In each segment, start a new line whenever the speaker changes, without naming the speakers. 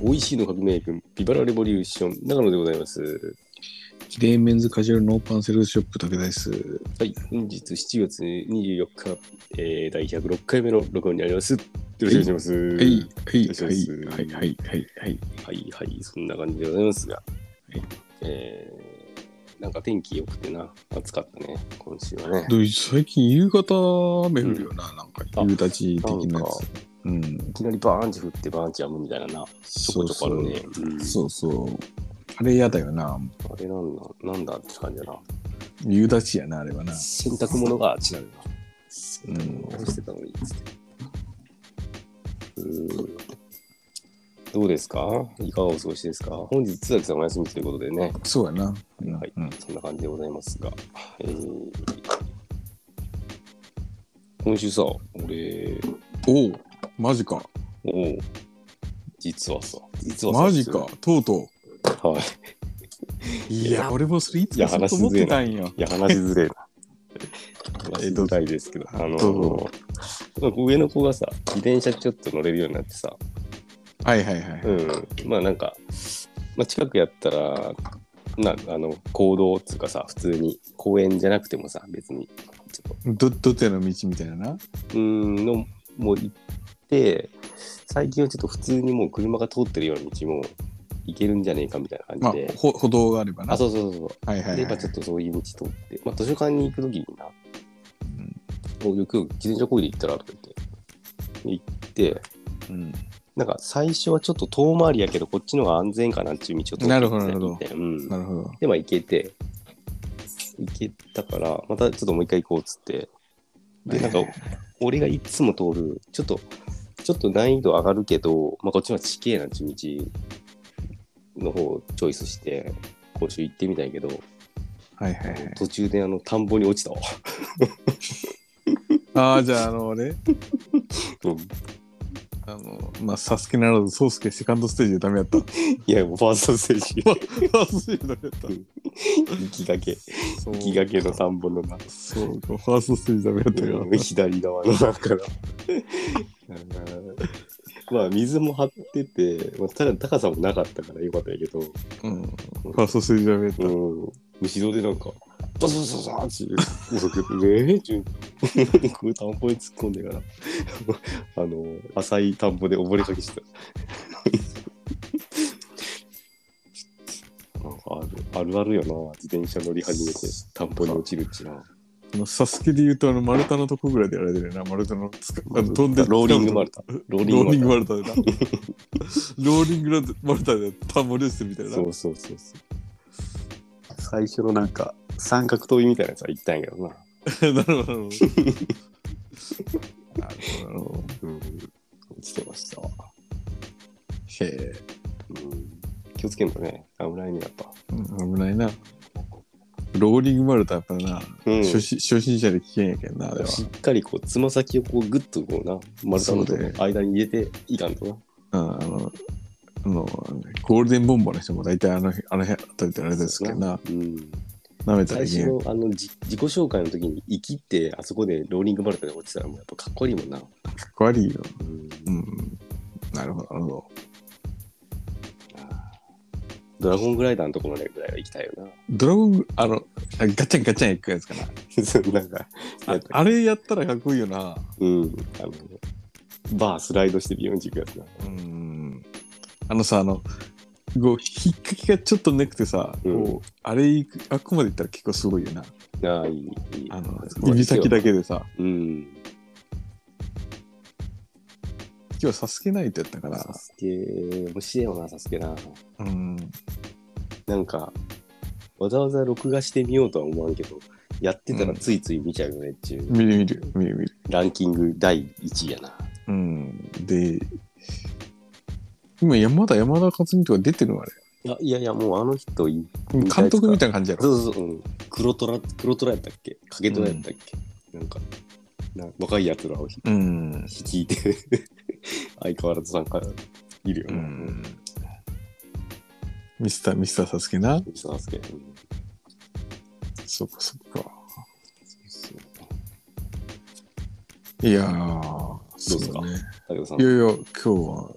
美味しいの革命軍、ビバラレボリューション、長野でございます。
キレイメンズカジュアルノーパンセルショップ武田です。
はい、本日7月24日、えー、第106回目の録音になります。よろしくお願いします。は
はい、は
お
い、は
願いしま
い
す、
はい、はい、はい、はい。
はい、はい、そんな感じでございますが、
い
えー、なんか天気良くてな、暑かったね、今週はね。
どう最近夕方雨降るよな、なんか
あ
夕立ち
な
的
ん
なや
か、
つ。うん。
いきなりバーンチ降ってバーンチやむみたいなな、ちょ
そ
こち
う
ょこあ
そ
る
う
ね。。うん
そうそう。あれ嫌だよな。
あれなんだ、なんだって感じだ
夕立ちやな、あれはな
な。。洗濯物が違うな。
う
干
ん。
してたのにっつって。うーんどうですかいかがお過ごしですか本日、津崎さんお休みということでね、
そうやな。うん
はい
うん
そんな感じでございますが、えー今週さ、俺、
おお、マジか。
おう実はさ、実はさ、
マジか。とうと
はい。
う。いや、俺もそれいつかそうと思ってたんよ。
いや、話しづれえな。話しづらいですけど、あの
ど
ー上の子がさ、自転車ちょっと乗れるようになってさ、
はいはいはい。
うん、まあなんか、まあ、近くやったらなあの行動っつうかさ普通に公園じゃなくてもさ別にちょっ
ど、どての道みたいなな。
とうんのもう行って最近はちょっと普通にもう車が通ってるような道も行けるんじゃねえかみたいな
ま
感
あ
じで、、
ほ歩道があれば
あ
な。
そうそうそうそう、
はいはい
で、
は
まあ、
い
ちょ。っとそういう道通って、まあ、図書館に行く時にな
うん
もうよくよく自転車こいで行ったらとか言って行って
うん
なんか最初はちょっと遠回りやけどこっちの方が安全かなっていう道を通って
なるほど
行ってた
なるほど
みたいうん、
なるほど。
で、まあ、行けて、行けたから、またちょっともう一回行こうっつって、で、なんか
はいはい、
俺がいつも通る、ちょっと、ちょっと難易度上がるけど、まあ、こっちは地形な地道の方をチョイスして、講習行ってみたいけど、
はいはいはい。
途中であの、田んぼに落ちたわ。
ああ、じゃあ、あの、ね、
うん
あの、まあ、サスケならず、ソウスケセカンドステージでダメやった。フ
いや、もうファーストステージ、
ァーストステージでダメや
行きがけ、
った。そう
行きがけの田んぼのな、
そうか、ファーストステージダメやったよ。
左側の中から。うん まあ水も張ってて、まあ、ただ高さもなかったからよかったんやけど、
うん。ファーストステージダメやった。
うん、後ろでなんか、バサバサバサ って遅くて、えぇ、ってこう田んぼに突っ込んでから、 あの、浅い田んぼで溺れかけして た。なんかあるあるあるよな、自転車乗り始めて田んぼに落ちるっちな。
あのサスケで言うと、あの、丸太のとこぐらいでやられてるな。丸太のつか、あの飛んで
ローリング丸太。ロ
ロ
ー
ー
リング
リ
丸
ン
太
グ丸太でな。ローリング丸太で田んぼレースみたいな。
そうそうそうそう。最初のなんか三角飛びみたいなやつは行ったんやけどな。
なるほ ど、なるほど。なるほどなるほど。
うん。落ちてましたわ。
へえ。
うん。気をつけんとね、危ないね、やっぱ。
うん危ないな。ローリングマルタやっぱな、
うん。
初心初心者で危険やけんな、あれは。
しっかりこう、つま先をこう、ぐっとこうな、丸太のとこ
そうね
間に入れていかんとな。
うんあの、あのゴールデンボンボの人も大体あの辺、あの辺あたりであれですけどな、
うん。
舐めた
最
らいけ
初
ん。
のあのじ自己紹介の時に、生きって、あそこでローリング丸太で落ちたら、もうやっぱかっこいいもんな。
かっこ悪いよ。
うん。
うん。なるほど、なるほど。
ドラゴングライダーのとこまでぐらいは行きたいよ
ドラゴン、あの、あガチャンガチャン行くやつ かな。
な。そうなんか、 や
あ
っぱ
あれやったらかっこいいよな。
うん。あの、バースライドしてビヨンジ行くやつな。
うん。あのさ、あの、こう、引っ掛けがちょっとなくてさ、
うん
こう、あれ行く、あっこまで行ったら結構すごいよな。
ああ、いい、いい。
あの、指先だけでさ、
うん。
今日サスケナイトやったから
サ、スケ、面白いよな、サスケな。
うん。
なんか、わざわざ録画してみようとは思わんけど、やってたらついつい見ちゃうよねっていう、
見る見る、見る見る。
ランキング第1位やな。
うん。で、今山田、山田勝美とか出てるのあれ。
いやいやいや、もうあの人いい、
監督みたいな感じやろ。
そうそうそう、うん、黒虎、黒虎やったっけ影虎やったっけ、なんか、な若いやつらをひ
うん。
率いて、 相変わらず参加いるよ
う
な。
ん。ミスター、ミスターサスケな。
サスケ。うん
そっかそっか。
そう
いやー、
どうですか
そうね
武田さん
い。やいや、今日は、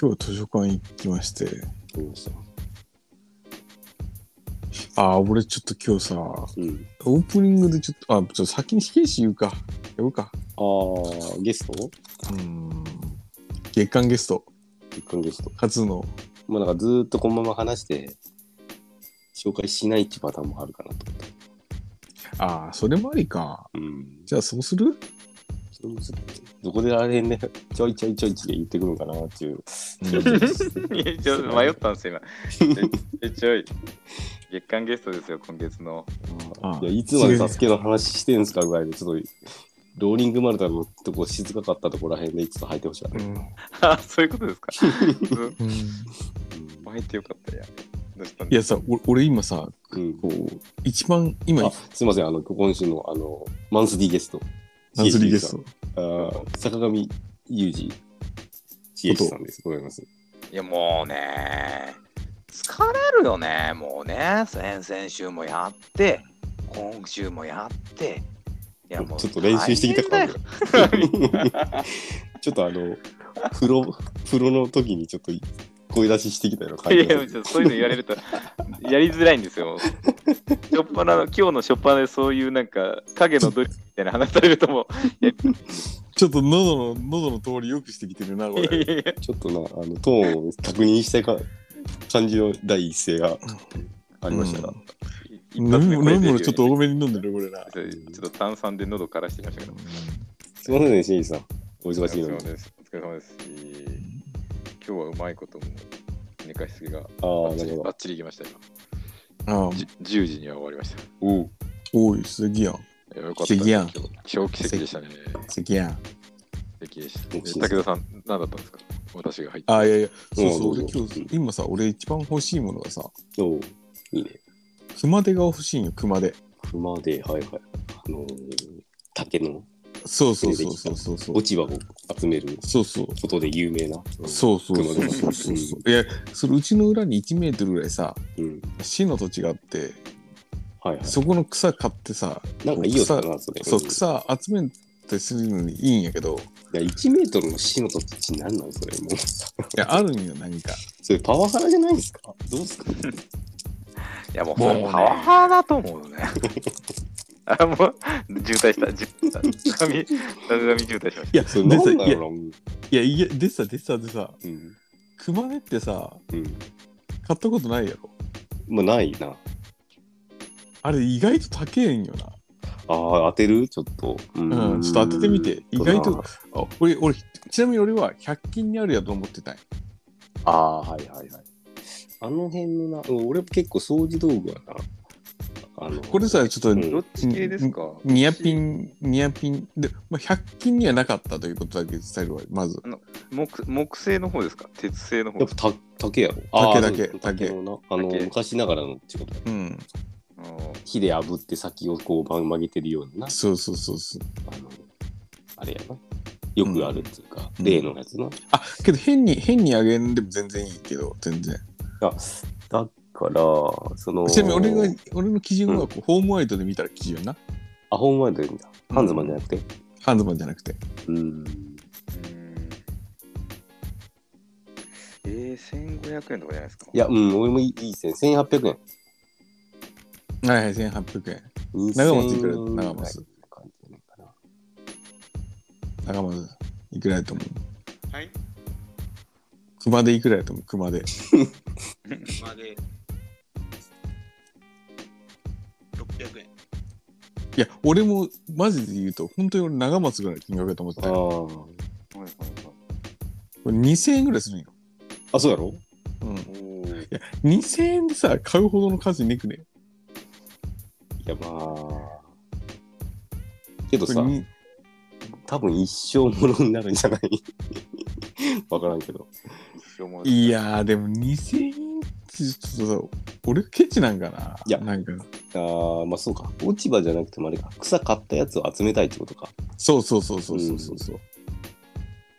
今日図書館行きまして、
どうした
ああ、俺ちょっと今日さ、
うん。
オープニングでちょっと、あ、ちょっと先に死刑士言うか。やるか。
あー、ゲスト
うーん。月間ゲスト、
一貫ゲスト。
初の、
まあなんかずーっとこのまま話して、紹介しないってパターンもあるかなと思って。
ああ、それもありか。
うん。
じゃあそうする
それもちょっと、どこであれね、ちょいちょいちょいちょいで言ってくるのかなっていう。
いやちょっと迷ったんですよ今ちょいちょい月間ゲストですよ今月の
あ
いやいつまでサスケの話してんすかぐらいで、ちょっと、ローリングマルタのとこ静かかったところらへんで、ちょっと入ってほしかった。
うん。
あそういうことですかうん
うん
う
入ってよかったやどうしたん
い
で
や
す
さ、お俺今さ、
んうん
こう、一番、今、
あすいません、あの、今週の、あの、マンスリーゲスト。
ナズリーゲスト。
あー。坂上裕二、ちえさんです。ございます。
いやもうね疲れるよねもうね先々週もやって今週もやっていやもう
ちょっと練習してきたから
大変だよ
ちょっとあの、風呂、風呂の時にちょっと声出ししてきたような感
い
じ
やいやちょっとそういうの言われるとやりづらいんですよ。しょっぱなの今日のしょっぱなでそういうなんか影の努力みたいな話されるとも
ちょっと喉の、喉の通りよくしてきてるな、こ
ういや
れ。
いやいや
ちょっとな、あの、トーンを確認したいか感じの第一声がありましたが、
一
飲
発
み
目
物飲み物ちょっと
こ
多めに飲んでる、これな。
れ出るよねちょっと炭酸で喉枯らしてきましたけど。
すいませんね、しんいちさん。お
お
忙しいのに
疲。れ様です。お疲れ様です。今日はうまいことも寝かしつけが
あ
バ
あ、
ッ
な
チ
る
リ
ほど。
バッチリいきましたよ。
ああ、
じ10時には終わりました。
おう
おい、すぎやん。
いやよかったです。
奇跡やん
今日今日奇跡でしたね。
すぎやん。
奇跡でした。
奇跡
え
です
武田さん、何だったんですか私が入って。
あ、いやいや、そうそう、
うん
俺今日、今さ、俺一番欲しいものがさ、
おういいね。
熊手が欲しいんよ、熊手。
熊で、はいはい。あのー竹の
そうそうそうそうそうそう
落。ち葉を集める
そうそう。
ことで有名な。
そうそう
熊手が
そうそうそう。いや、それうちの裏に1メートルぐらいさ、
うん。うん。
市の土地があって、
はいはい。
そこの草買ってさ、
なんかいいよだな、それ。
そう、
ん
草集めてするのにいいんやけど、
いや、1メートルの死の土地なんなのそれ。もう。
いや、あるんよ、何か。
それパワハラじゃないですかどうですか
いやもう
も
そう
ね
れパワハラだと思 うね。あもう渋滞した。渋滞神神渋滞しまし
いや、
それ
で
な
さ、
ん
い
な
や、
の
いや、いやでさ、でさ、でさ、
うん。
熊手ってさ、
うん。
買ったことないやろ。
まあ、ないな。
あれ、意外と高えんよな。
ああ、当てるちょっと。う
うん、ちょっと当ててみて。意外
な
と。、あ俺、俺、ちなみに俺は100均にあるやと思ってたんよ
ああ、はいはいはい。あの辺のな、うん俺結構掃除道具はな。あの
これさ、ちょっと、
う
た。
ん
どっち系ですか
ニアピ。ン、ニアピン。で、まあ、100均にはなかったということだけ伝えるわ、まず。
木木製の方ですか鉄製の方
や
で
っ
すか
ぱた竹やろ。
竹
あー
竹
そう竹のな。あの、
竹
昔ながらのってことだ
うん。
あ
火で炙って先をこうばん曲げてるような。
そうそうそうそう。
あの、あれやな。よくあるっていうか、
うん
例のやつな。
あ、けど変に、変にあげんでも全然いいけど、全然。
だから、その。
ちなみに俺が、俺の基準はこう、ホームワイトで見たら基準な。
アホンワイドで見た。ハンズマンじゃなくて。
ハンズマンじゃなくて。
うん。
ーうーんえー、1500円とかじゃないですか
いや、うん、俺もいいいいですね。1800円。
はいはい、1800円。
2000
長松いくら
円ぐらいの
長松
感じじゃないかな
中松、いくらやと思う
はい
熊でいくらやと思う熊で。
まで600円
いや、俺も、マジで言うと、本当に俺、長松ぐらいの金額やと思ってたよ。
あ
はいはいは
これ2000円ぐらいするんよ。
あ。あ、そうやろ
うん。
いおー
2000円でさ、買うほどの数ねくね。
いや、まあ。けど
こ
さ
れ、に
多分一生ものになるんじゃない わからんけど。
一生ものです
いやー、でも2000円ってちょっとさ、俺ケチなんかな。
いや
なんか、
ああ、まあそうか。落ち葉じゃなくてもあれか。草買ったやつを集めたいってことか。
そうそうそうそうそうそうそう。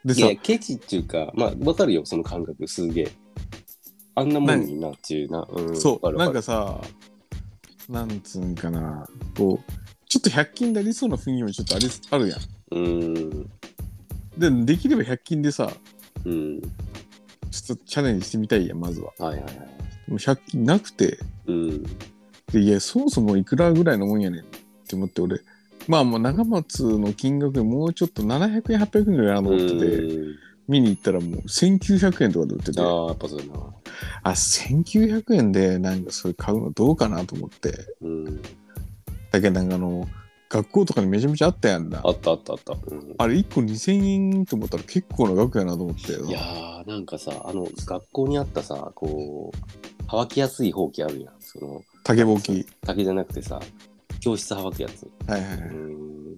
で
い
さ
や、、ケチっていうか、まあわかるよ、その感覚、すげえ。あんなもんになっていうな。うん、
そ
わ
う、
る
な
わ
ん
る
かさ、なんつうんかな、こう、ちょっと100均でありそうな雰囲気もちょっとありあるや
うーん。
ん。で、できれば100均でさ、
うん。
ちょっとチャレンジしてみたいやんまずは
はいはいはい。
もう100均なくて
うん。
でいやそもそもいくらぐらいのもんやねんって思って俺まあもう長松の金額よりもうちょっと700円800円ぐらいかなと思ってて、
うん
見に行ったらもう1900円とかで売ってて
あ
あ
あ、やっぱそうやな。
1900円でなんかそれ買うのどうかなと思って
うん。
だけどなんかあの学校とかにめちゃめちゃあったやんな
あったあったあった。うん
あれ1個2000円と思ったら結構な額やなと思って
いやーなんかさあの学校にあったさこうはわきやすいほうきあるやんその
竹ぼうき
竹じゃなくてさ教室はわくやつ
はいはいうは
ー
い
ん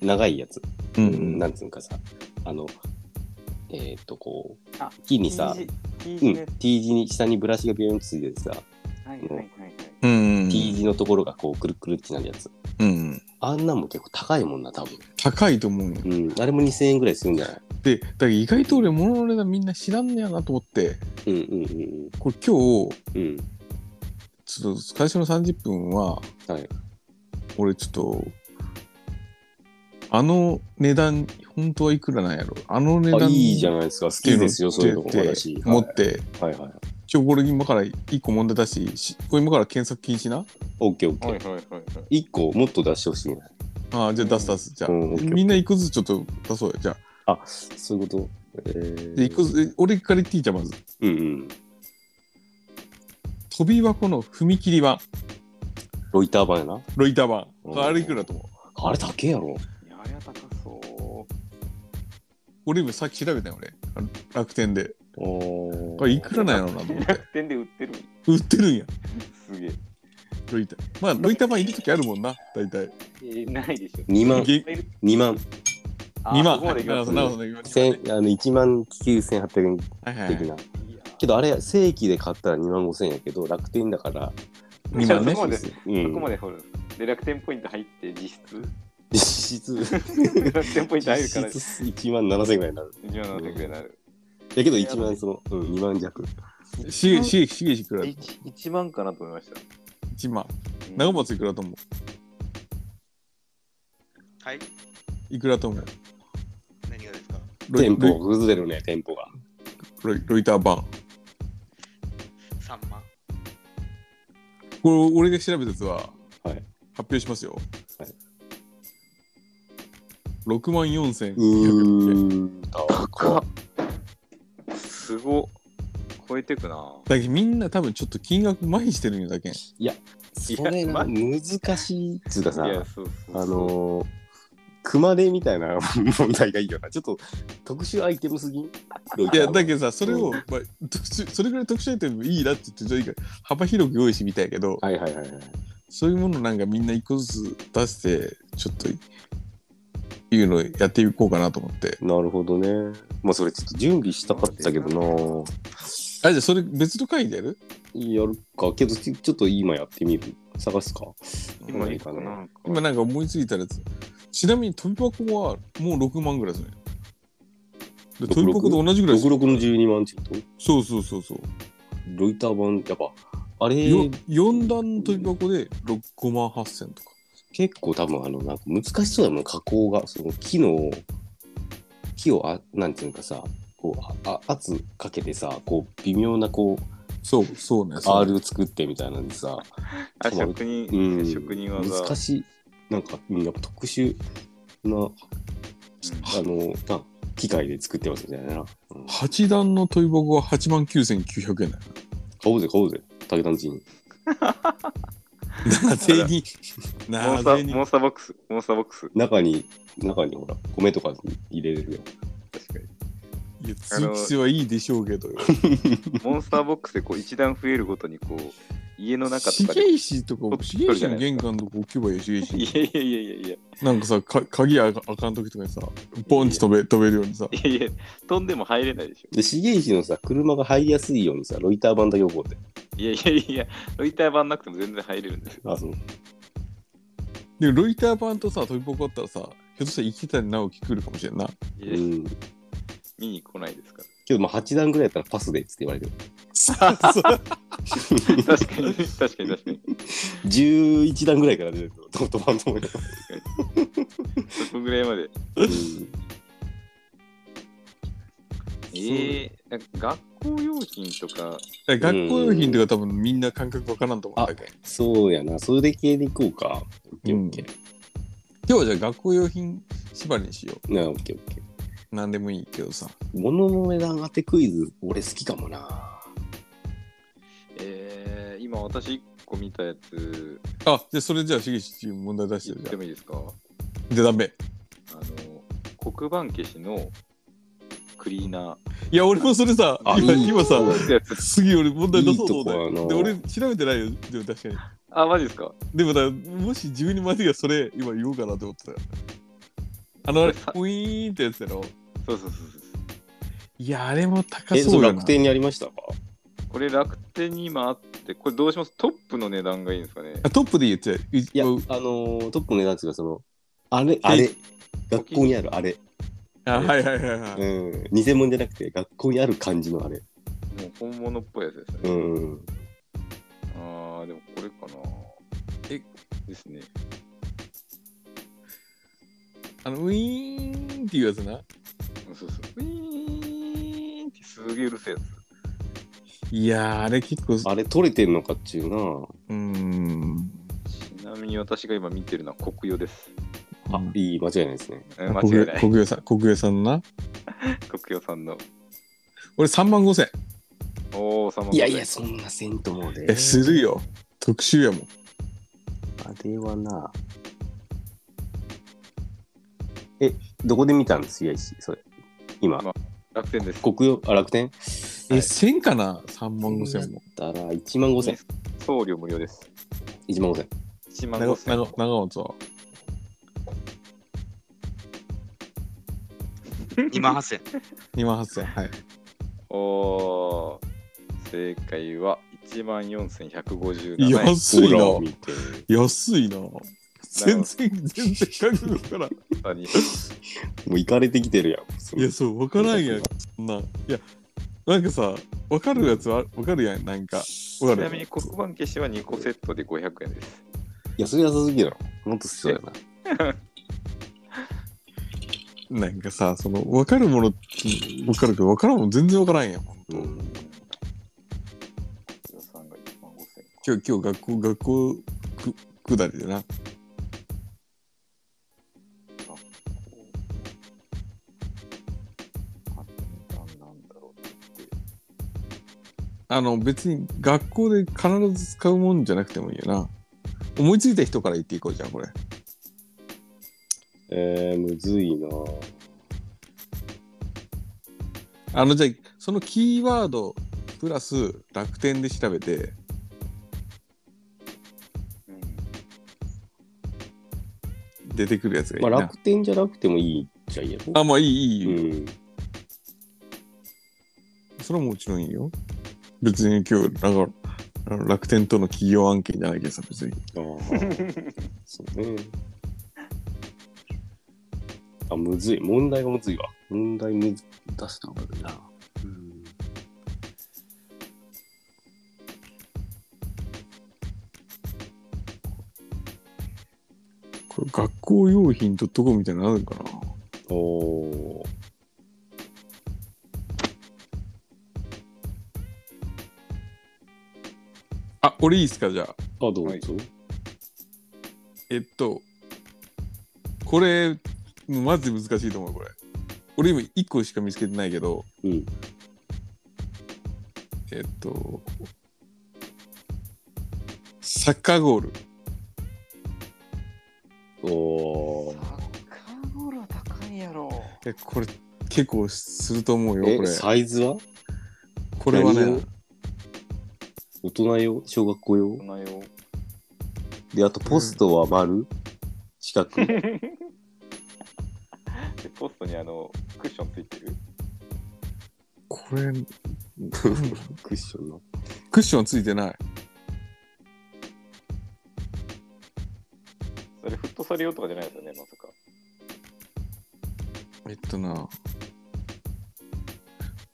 長いやつ、
う
うん
うん
なんつうんかさあのえーっとこう
あ
木にさ、
T
う
字
ん
T 字です
T 字に下にブラシがビヨンとついててさ、
はいはいはいはい。
うんうん
T 字のところがこうくるくるってなるやつ
うん
あんなんも結構高いもんな多分、
高いと思うんよ
うん、あれも2000円ぐらいするんじゃない
でだから意外と俺物の値段みんな知らんねやなと思って
うんうんうん
これ今日
うんうん
ちょっと最初の30分は
はい
俺ちょっとあの値段本当はいくらなんやろあの値
あ
段
いいじゃ
ん
ないですか好きですよそういうとこ私
持って
はいはいはい
今日これ今から1個問題出ししこれ今から検索禁止な
オッケーオッケ
はい
ー。
はいはいはい。
一個もっと出してほしいね。
ああじゃあ出す出すじゃあ、
うんオッケー
みんな一個ずつちょっと出そうよじゃあ
そういうこと。えー
で一個ずつえ俺から言っていいじゃんまず
うんうん。
飛び箱の踏切版
ロイター版やな。
ロイター版
うん
あれいくらだと思う
あれだけやろ。
いやあれは高そう。
俺今さっき調べたよ俺あの楽天で
お
これいくらなんやろうなと思って
100点で売ってるん。
売ってるんや
すげえ。
ロイターまあロイター版いる時あるもんな大体
えーないでしょ。
二万
げ
二万
あ
2万
そこまでいきま
なる
す
ほどなるほど今
千あの一万九千八百円的
はいは
な。
いはい
いや
けどあれ正規で買ったら二万五千円やけど楽天だから。
二万ね
そこまで、
そ
そう
う
こま
ん。
で掘るんです。で、楽天ポイント入って実質
実 質
楽天ポイント入るから
実質一万七千円ぐらいになる。
1万7000円になる。
だけど一万そのうん二万弱。
しげしげしげしいくら
1, 万かなと思いました。
1万
うん
長松いくらだと思
はい。
ういくらだと思う
何がですか
ロ
店
イロ
舗
イ
崩れるね店舗が。
ロイロイター版
?3 万。
これ俺が調べたやつは、
はい
発表しますよ、
はい
6万4900
う
円
ーん。
高っすご超えてくな
だけどみんな多分ちょっと金額麻痺してるんよだけん
それが難しいっつうかさ
い。や、そうそうそう
あのー、熊手みたいな問題がいいよな。ちょっと特殊アイテムすぎん
いやだ
け
けどさそれを、まあ、特殊それぐらい特殊アイテムいいなって言ってじゃあいいから幅広く用意してみたいけど
はいはいはいはい。
そういうものなんかみんな一個ずつ出してちょっというのをやっていこうかなと思って
なるほどね。まあそれちょっと準備したかったけどな。
あじゃあそれ別の回でやる
やるか。けどちちょっと今やってみる。探すか。
今いい
か
かな。
今なんか思いついたやつちなみに飛び箱はもう6万ぐらいですねで
66
飛び箱と同じぐらいです
66の12万ちょっと。
そうそうそうそう
ロイター版、やっぱ、あれ、
よ4段の飛び箱で6 5万8000とか
結構多分あの、なんか難しそうだもん、加工が。その木の、木をあ、なんていうかさ、こう、ああ圧かけてさ、こう、微妙なこう、
そうそうねそう
R を作ってみたいなのにさ、
あ、職人、
うん、
職人技。
難しいなんか、うん、やっぱ特殊な、あのな機械で作ってますみたいな、うん、
8段の飛び箱は8万9900円だよ
買おうぜ買おうぜ武田の陣
なぜに
モ
な
ンスタ
ぜ
ー、
に
モンスターボックス、モンスターボックス。
中に中にほら米とか入れれるよ
確かに。
いや通気性はいいでしょうけどよ
モンスターボックスでこう一段増えるごとにこう家の中とかで。
重石とか重石の玄関のとこ置けばいいよ重
い
石
やいやいやいやいや
なんかさか鍵あかあかん時とかにさポンチ飛べ飛べるようにさ
いやいや飛んでも入れないでしょ。
で重石のさ車が入りやすいようにさロイター版だけ置こうって
いやいやいやロイター版なくても全然入れるんですよ。
あそう
でロイター版とさ飛び箱あったらさひょっとしたら池谷直樹来るかもしれんな
いうや
ん
見に来ないですか
けどまあ8段ぐらいやったらパスでっつって言わ れる
ら。確かに確かに確かに。
11段ぐらいから出ると止まんと思うよ、
そこぐらいまで。
うん
ええ
なんか学校用品とか、
え学校用品とか多分みんな感覚わからんと思うんだけど。
そうやな。それ系でいこうか。オッケー
うん
オッケー。
今日はじゃあ学校用品縛りにしよ
なあ、オッケーオッケー。
う。なんでもいいけどさ。
物の値段当てクイズ、俺好きかもな。
えー、今私一個見たやつ、
あ、じゃあそれじゃあ、しげしチーム問題出して
言
る
っ
じ
て
ゃ
もいいですか
ん。で、ダメ。
あの、黒板消しのクリーナ
いや、俺もそれさ、
あ
今
いい
今さ、
ーってやつ。
すげえ俺問題出そうと思った
いいとこやな
よ。で、俺調べてないよ。でも確かに。
あ、マジですか
でもだ、もし自分に間違いそれ今言おうかなと思ってたよ。あの、あれ、ウ
さ
ィーンってやつやろ。
そうそうそうそう。
いや、あれも高
え、
そ
そうう
や
楽
な。
天にありましたか
これ楽天に今あって、これどうしますトップの値段がいいんですかね
あトップで言って、い
いや、あの
う
ー、トップの値段っていうか、その、あれ、あれ、学校にあるあれ。
あはいはいはいはい。
うん。偽物じゃなくて、学校にある感じのあれ。
もう本物っぽいやつです
う
ね。
ん。
あー、でもこれかなえですね。
あの、ウィーンっていうやつな。
うんそうそう。ウィーンってすげえうるせえやつ。
いやー、あれ結構、
あれ、取れてんのかっちゅうな。
うーん。
ちなみに私が今見てるのは黒用です。
あ、いい、間違いないですね。
え間違いない。
国業さん、国業さんのな。
黒用さんの。
俺3万5千。
おー、さま
いやいや、そんなせんと思うで。
え、するよ。特集やもん。
あれはな。え、どこで見たんですよ、石井それ。今。
楽天です。
国用、あ、楽天
え、1000かな ?3 万5千も。
だから、1万5千。
送料無料です。
1万5千。
1万
長
5000円
長。長松は。
2万8000。
2万8千。はい。
おー正解は1万4157円。
安いな。
ほら見て。
安いな。全然、全然覚悟からん。
さに
もう行かれてきてるやん。そ
い
れ
や、そう、わからんやん。そんな。いや、なんかさ、わかるやつは、わかるやん。なんか、わ
ち
か
なみ
る
に。黒板消しは2個セットで500円です。
いや、それ安すぎだろ。もっとそうやな。
なんかさ、その、わかるものって、わかるけど、わからんもん全然わからんやん。ほんと
うん。
黒さんが1万
今
5000
日、今日、学校、学校、く、くだりでな。
円。なんだろう
あの別に学校で必ず使うもんじゃなくてもいいよな。思いついた人から言っていこうじゃん、これ。
えー、むずいな。
あの、じゃあ、そのキーワードプラス楽天で調べて、出てくるやつがいい
まあ、
な。
楽天じゃなくてもいいっちゃいいやろ。
あ、まあいい、いい、
う
いいよ。
ん。
それはもちろんいいよ。別に今日、なんか、あの楽天との企業案件じゃないけどさ、別に。
ああ。 そうね。あ、むずい。問題がむずいわ。問題むず出した方がいいな。うん。
これ学校用品とどこみたいなのあるのかな
おー
あ、俺いいっすか、じゃあ。
あ、どうぞ。
えっと、これ、もうマジで難しいと思う、これ。俺今1個しか見つけてないけど、
うん。
えっと、サッカーゴール。
おー
カーゴールは高いやろ。
え、これ結構すると思うよ、こ
え、
れ。
サイズは
これは
何
ね
を、大人用小学校用
なよ。
で、あとポストは丸、四 角
で、ポストにあの、クッションついてる。
これ、
クッションの。
クッションついてない。
それフットサル用とかじゃないですよね、まさか。
えっとな、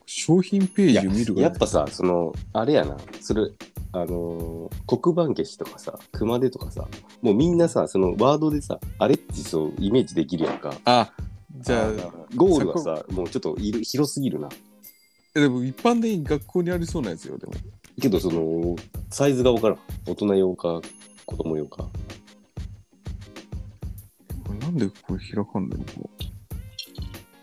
商品ページを見る
い
か
やや
ら、
っぱさ、その、あれやな、それ、あのー黒板消しとかさ、熊手とかさ、もうみんなさ、そのワードでさ、あれってそう、イメージできるやんか。
あ、じゃ
あ
あ
ー、なるほど
ゴールはさ、もうちょっといる広すぎるな。
えでも一般的に学校にありそうなやつよ、でも。
けどそのサイズが分からん大人用か子供用か
これなんでこれ開かんのこ
ちょっ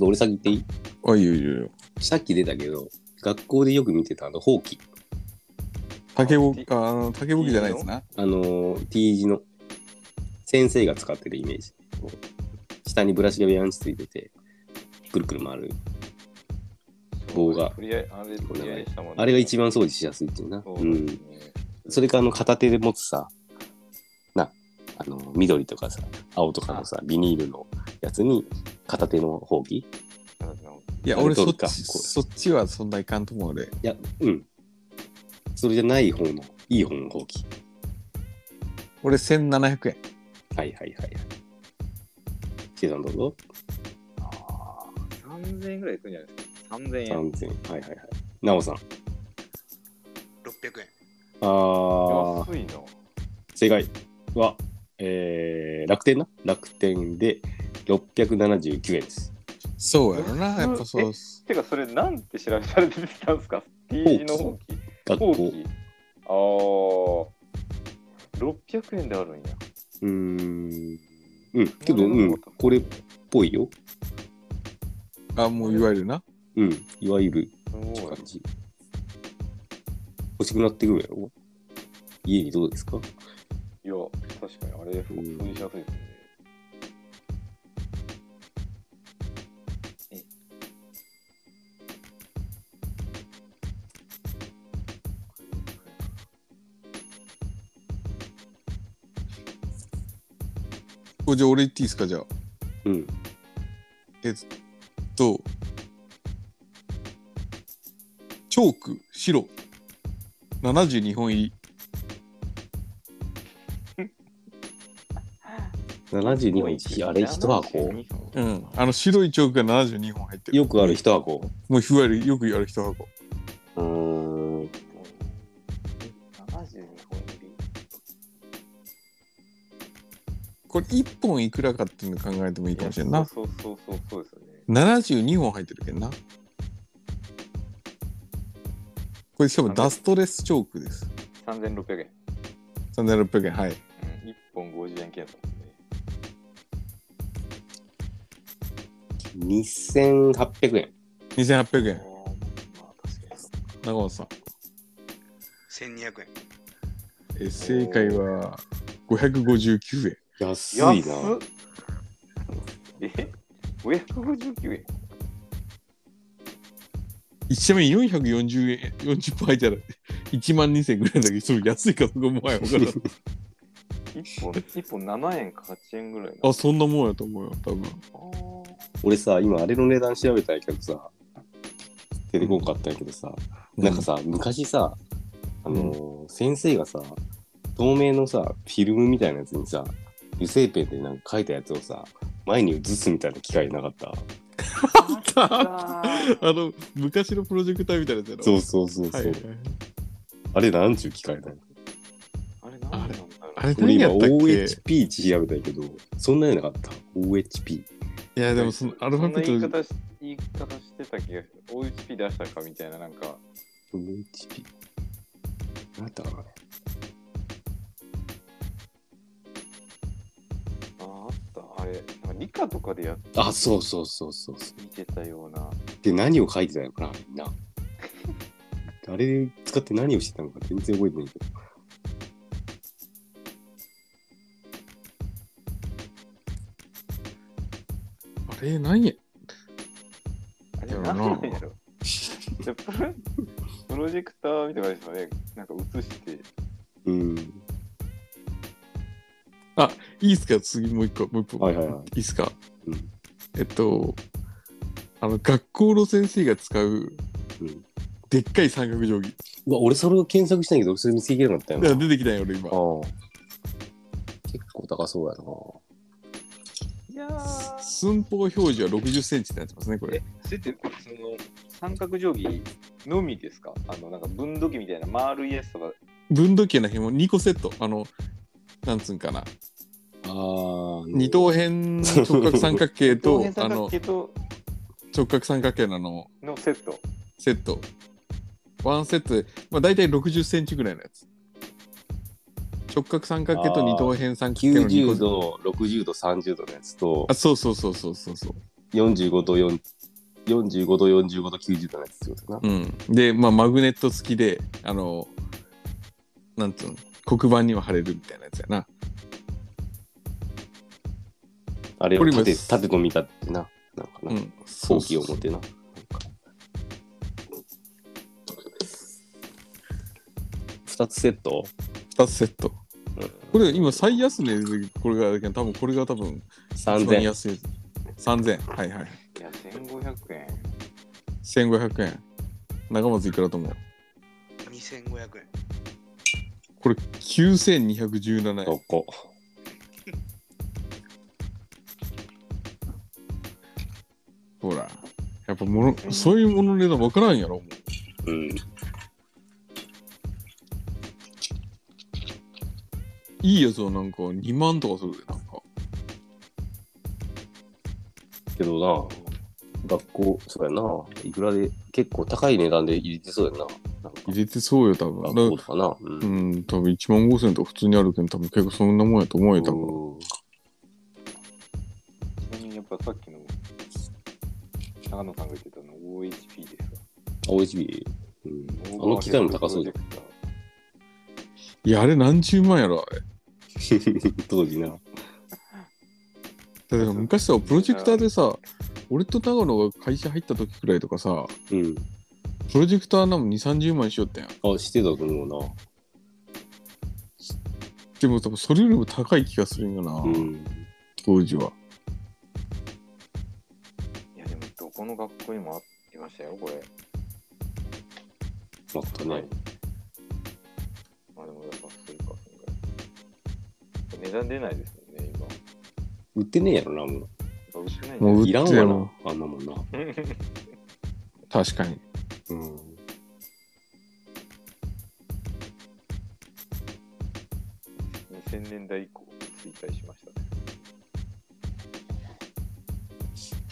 と俺先言っていいう
あ、いいよいいよいいよ。
さっき出たけど学校でよく見てたあのほうき
竹ぼああの竹ぼきじゃないですな。
あのー T 字の先生が使ってるイメージこう下にブラシがビャンチついててくるくる回る棒が
とりあえずあれとりあえずしたもんね
あれが一番掃除しやすいっていうな
そううです
ん
ね
それかあの片手で持つさなあの緑とかさ青とかのさビニールのやつに片手のほうきい
いや、
あれ
俺そ
取
っ
るか
ち、
こう
そっちはそんないかんと思うで。
やうんそれじゃない方のいい方のほうき
俺1700円。
はいはいはいはい。シーさんどうぞ。
あー3000円ぐらいいくんじゃないですか3000円
三千。はいはいはい。なおさん。
600円。
ああ、
安いな
正解は、えー、楽天な。楽天で679円です。
そうやろな、やっぱそうっす。
てかそれなんて調べたら出てきたんですか T 字のほうき
学
ほう
校。
きあー600円であるんや
うーん。うん。けど、うん。これっぽいよ。
あ、もういわゆるな。
うん。いわゆる
すごい
感じ。欲しくなってくるやろ家にどうですか
いや確かにあれ
ん
掃除しやすいですね
おじゃあ俺言っていいですか、じゃあ。
うん。
えっと、チョーク、白、72本入り。
72本一あれ一箱。
うん。あの白いチョークが72本入ってる。
よくある一箱。
もういわゆるよくやる一箱。
うーん。
72本入り
これ1本いくらかっていうの考えてもいいかもしれんな。
そうそうそうそうそうですよね
72本入ってるけんな。これしかもダストレスチョークです。
3600円、
3600円。はい。
うん、1本50円券だもんね
2800円。
2800円。
まあ確かに
中本さん。
1200円。
え正解は559円。
安い
安
な。
っえ559円
ちなみに440円、40本入ってたら1万2000円ぐらいだけど、それ安いかどうかもはや分 からん。
1本一本7円か8円ぐらいな
あ、そんなもんやと思うよ、多分。
あー
俺さ今あれの値段調べたんやけどさ出てこんかったんやけどさ、なんかさ昔さあのー先生がさ透明のさフィルムみたいなやつにさ油性ペンでなんか書いたやつをさ前に映すみたいな機会なかった
あった あの、昔のプロジェクターみたいなやつやろ。
そうそうそうそう、
はいはい。
あれなんちゅう機械だよ
あれ何なんだろう
あれ
俺
何
今
やったっけ
OHP 値調べたんやけどそんなようなかった OHP
いや、でもそのアルファベ
そんな
ット
言い方し言い方してた気がする OHP 出したかみたいななんか
OHP なんだったかな
ああったあれなんか理科とかでやっ
あそうそうそうそうそう
見てたような
で何を書いてたのかなみんな。 あれ使って何をしてたのか全然覚えてないけど。
あれ何や
あれ
だよな
何なんやろじゃプロプロジェクターみたいな感じですよねなんか映して
うん。
いいっすか次もう一個、もう一個。
はいはいはい
いいっすか
うん
えっと、あの、学校の先生が使う、
うん
でっかい三角定規。
うわ、俺それを検索したんやけど、それ見つけきれなかったよ
い
な。
や
あ
出てきたよ、俺今。
あ。結構高そうやな。
いやー
寸法表示は60センチになってますね、これ。
それってその三角定規のみですかあのなんか分度器みたいな丸いやつとか
分度器の辺も2個セット。あの、なんつうんかな。
ああ。
二等辺直角三角形
等
と
辺、
あ
三角
の、
形と
直角三角形のあの
のセット。
セット。ワンセットで、まあ、大体60センチぐらいのやつ。直角三角形と二等辺三角形の二個
90度、60度、30度のやつと
あ、、そうそうそうそうそうそう。
45度、4 45度、45度、90度のやつってことかな。
うん。で、まあ、マグネット付きで、あの、なんつうの、黒板には貼れるみたいなやつやな。
あれ
こ
を
れ今
縦、縦と見たってな。なんかな。
うん。そ
大
う
きい
そうそう
表な。2つセット
2つセット
うん。
これ今最安値でこれがあるけど多分これが多分一番
?3000。
安い3000はいはい
いや、1500円。
1500円中松いくらだと思う
2500円。
これ9217円
どこ
ほらやっぱものそういうもの値段分からんやろもう
うん。
いいやつはなんか2万とかするでなんか
けどな、学校、そうやな、いくらで、結構高い値段で入れてそうやな。なんか
入れてそうよ多分
学校
だ
とかな。うん
うん多分1万5000円とか普通にあるけど多分結構そんなもんやと思うよ多分
うん
ちなみにやっぱさっきの長野さんが言ってたの OHP ですわ。
OHB、うん、あの機械も高そうじゃん。
いやあれ何十万やろあれ
当時な。
だから昔さプロジェクターでさ俺と長野が会社入った時くらいとかさ
うん。
プロジェクターなもん2 3 0万にしよったやん
あ、してたと思
でも多分それよりも高い気がするんよな、
うな。うん。
当時は。
いやでもどこの学校にもありましたよ、これ。
あったね。
まあでもやっぱそれか、そんぐらい。値段出ないですもんね、今。や
売ってねえやろな、も
っぱ売ってないんだ
もう
う。
売
いら
っ
ん
てや
わな
ろ。、
あんなもんな。
確かに。
うん。
2000年代以降、衰退しましたね。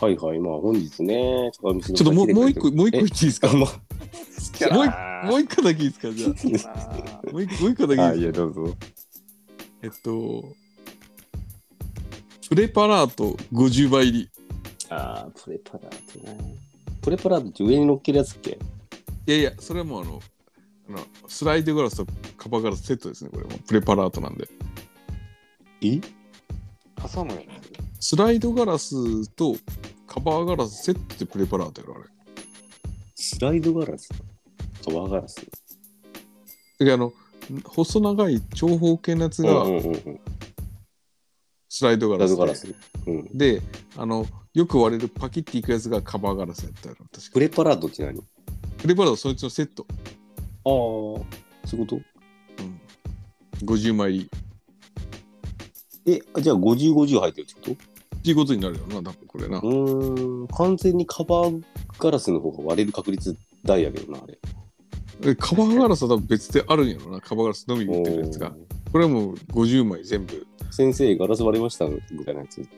はいはい、まあ本日ね、ちょっ
ちょっともうもう一個、もう一個
え
言っていいですか
あま
もう一もう一個だけいいですかじゃ あ。もう一個もう一個だけいいですか
や、どうぞ。
えっと、プレパラート50倍入り。
ああ、プレパラートね。プレパラートって上に乗っけるやつっけ
いやいや、それはもうあの、あのスライドガラスとカバーガラスセットですね、これも。プレパラートなんで。
え
挟むよね。
スライドガラスとカバーガラスセットでプレパラートやろ、あれ。
スライドガラスカバーガラス
であの、細長い長方形のやつ
うん
が
うんうんうん。ス
スライドガ
ラ
ラ
イド
スで。
ガラス。うん。
で、あの、よく割れるパキっていくやつがカバーガラスやったやろ。確か
プレパラートって何あ
プレパラートそいつのセット。
あ、そういうこと
うん。50枚入り。
え、じゃあ50、50入ってるってこ
っていうことになるよな、多分これな。
とうーん、完全にカバーガラスの方が割れる確率大やけどな、あれ。
えカバーガラスは多分別であるんやろな。カバーガラスのみ売ってるやつが。これはもう50枚全部。
先生、ガラス割れましたみたいなやつ。
うん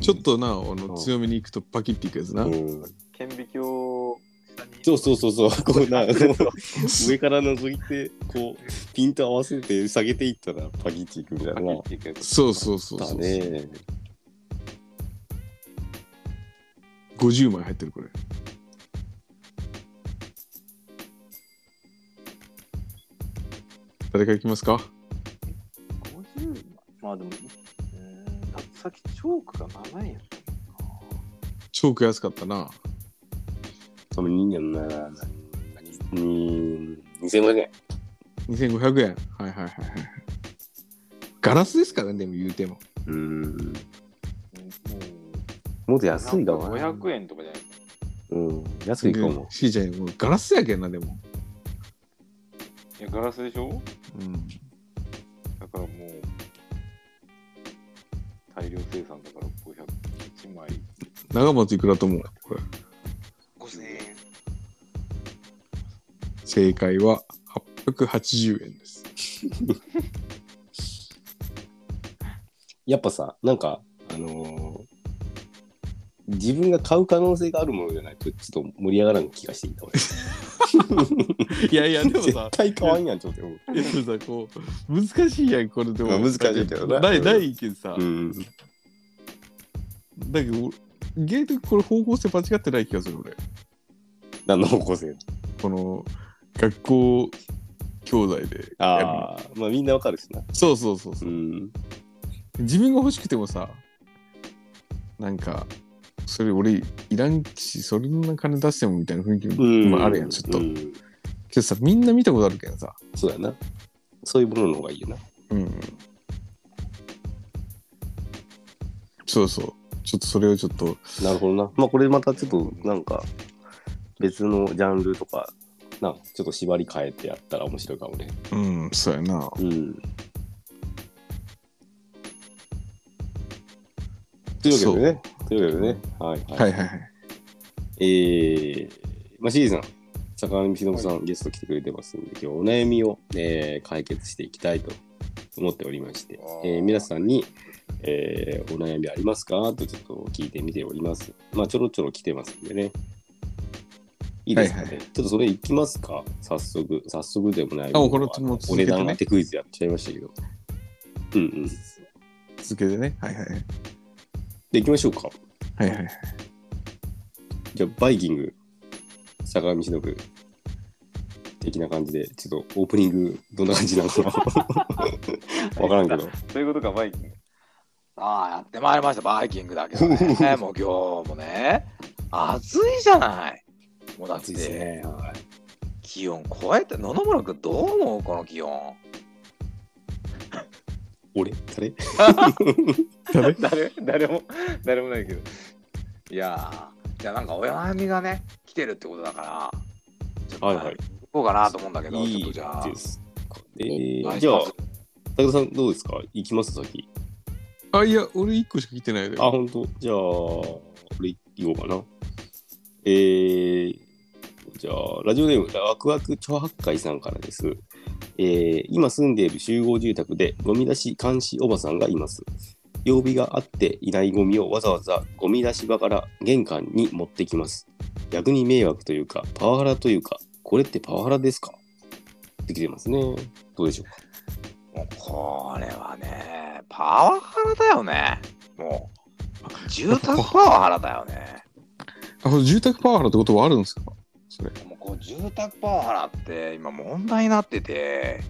ちょっ。とな、あ
う
の
ん
強めにいくとパキっていくやつな。
うん。
顕微鏡を
下に
そうそうそう そう、こうな、こう上から覗いて、こう、ピント合わせて下げていったらパキッチいくみたいな。
切っていくやつ
そうそうそう
だ
そう。
ね。
50枚入ってるこれ。誰からいきますか
50万まあでも、うーん、だってさっきチョークが7円やったもんな。
チョーク安かったな。
多分人間な、な、に、2500円。
2500円。はいはいはいはい。ガラスですからね、でも言うても。
うん。
も
もっと安いだわ。
う500円とかじゃない
うん。安いかも。
しーちゃん、もうガラスやけんな、でも。
いやガラスでしょ
うん。
だからもう大量生産だから501枚
長松いくらと思うこれ
5000円。
正解は880円です。
やっぱさ、なんか、あのー自分が買う可能性があるものじゃないと、ちょっと盛り上がらん気がしていた、俺。
い やいや、でもさ
絶、対買わんやん、ちょっと思う。
いやでもさ、こう、難しいやん、これで
まあ
も。
難しいけどな
ない、ないけどさ、
うん。
だけど、ゲートこれ方向性間違ってない気がする、俺。
何の方向性
この、学校、兄弟で。
ああ、まあみんなわかるしな。
そうそうそうそうう。
ん。
自分が欲しくてもさ、なんか、それ俺いらんし、そんな金出してもみたいな雰囲気
うん。
もあるやん、ちょっと。
う
け
ん
どさ、みんな見たことあるけどさ、
そうやな。そういうものの方がいいよな。
うん。そうそう。ちょっとそれをちょっと、
なるほどな。まあこれまたちょっとなんか別のジャンルとか、なちょっと縛り変えてやったら面白いかもね。
うん、そうやな。
うん。というわけでね。というわけでね。はいはい。
はいはいはい。
えー、まあシーズン、坂上忍さん、ゲスト来てくれてますんで、今日お悩みを、えー解決していきたいと思っておりまして、えー皆さんに、えーお悩みありますかとちょっと聞いてみております。まあ、ちょろちょろ来てますんでね。いいですかね。
はいはい
ちょっとそれいきますか早速、早速でもない
あこれもう続
お値
けてね
段当てクイズやっちゃいましたけど。うんうん。で、
続けてね。はいはいはい。
行きましょうか。
はいはいはい。
じゃあ、バイキング、坂上忍的な感じで、ちょっとオープニング、どんな感じなのかな わからんけど。
そういうことか、バイキング。
ああ、やってまいりました、バイキングだけどね。 もう今日もね、暑いじゃない。もうだっ
暑いです
て、
ね。はい
気温超えて、野々村君どう思うこの気温。
俺誰
誰
誰
誰も、誰もないけど。
いやー、じゃあなんかお悩みがね、来てるってことだから、ちょっと、
はいはい。
行こうかなと思うんだけど、ちょっとじゃあ
いい。ですかね。
はい
じゃあ、武田さんどうですか行きます先。
あ、いや、俺1個しか聞いてないで。
あ、本当じゃあ、俺行こうかな。えー、じゃあ、ラジオネーム、ワクワク超八海さんからです。えー今住んでいる集合住宅でゴミ出し監視おばさんがいます。曜日が合っていないゴミをわざわざゴミ出し場から玄関に持ってきます。逆に迷惑というか、パワハラというか、これってパワハラですかってきてますね。どうでしょうか。
もうこれはね、パワハラだよね。もう、住宅パワハラだよね。
あ、そう住宅パワハラってことはあるんですかそれ。
もうこう住宅パワハラって今問題になってて、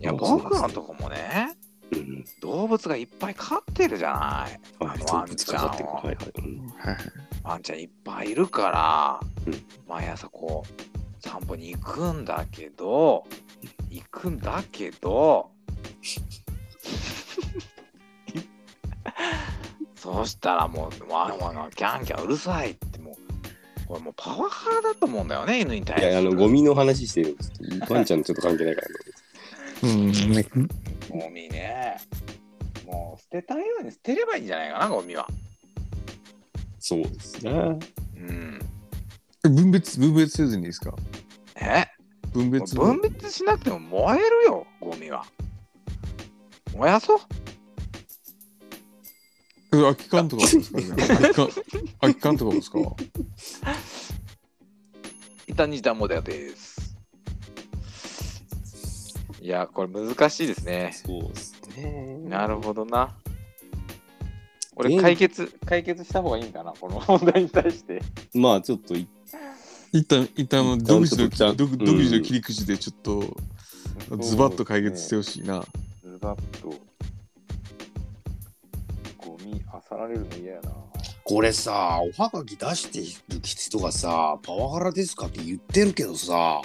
いや、
あそうなん
僕
ですね
らのとこもね、
うん。
動物がいっぱい飼ってるじゃない。
はい、
あの
動物かかってくる。
あの
はいはい。うん
はい
ワンちゃんいっぱいいるから、
うん
毎朝こう、散歩に行くんだけど、行くんだけど、そうしたらもう、わんわんわん、キャンキャンうるさいって、もう、これもうパワハラだと思うんだよね、犬に対
い
して。
や、あの、ゴミの話してるんですけど、ワンちゃんちょっと関係ないからね。
うん、ね
ゴミね。もう捨てたいように捨てればいいんじゃないかな、ゴミは。
そうですね。
うん。
分別、分別せずにいいですか
え
分別
分別しなくても燃えるよ、ゴミは。燃やそう。
え空き缶とかもですかじゃあ空き缶空き缶とかもですか
一旦二段モデルです。いや、これ難しいですね。
そうですね。
なるほどな。俺、
全
解決。
解決した方がいいんかな、この問題に対して。
まあ、ちょっとい、
一旦、一旦あの、
一旦
独自の、
ちょっと
独独自の切り口でちょっと、 ズバッと解決して
よ。
ほしいな。
ズバッと。ゴミ、漁られるの嫌やな。
これさ、おはがき出してる人がさ、パワハラですかって言ってるけど さ、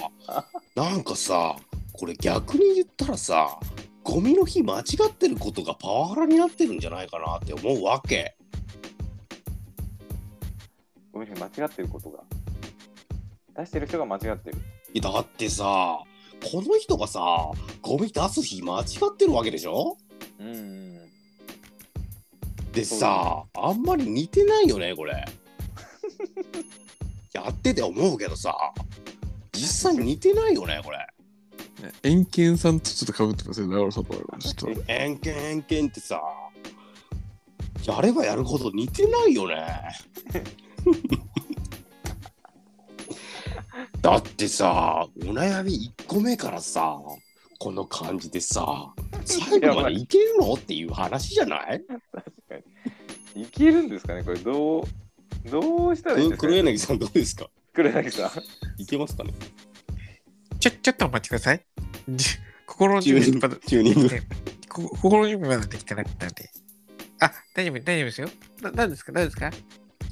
なんかさ、これ逆に言ったらさ、ゴミの日間違ってることがパワハラになってるんじゃないかなって思うわけ。
ゴミに間違ってることが。出してる人が間違ってる。
だってさ、この人がさ、ゴミ出す日間違ってるわけでしょ
うん。
でさ、あんまり似てないよね、これ。 やってて思うけどさ、実際似てないよね、これ。
円剣さんとちょっと被ってますよね、俺そこはちょっと。
偏 見偏見ってさやればやるほど似てないよねだってさ、お悩み1個目からさ、この感じでさ、最後までいけるのっていう話じゃない
確かに。いけるんですかねこれどう、どうしたらいいんですか、
黒
ね、
柳さんどうですか
黒柳 さん。
いけますか ね
ちょ、ちょっとお待ちください。じ心の
チ
準
ューニ
備
ン
ま
グ
だ、
チューニング。
こ心の準備まだできてなかったんで。あ、大丈夫、大丈夫ですよ。な、なんですか、なんですかちょ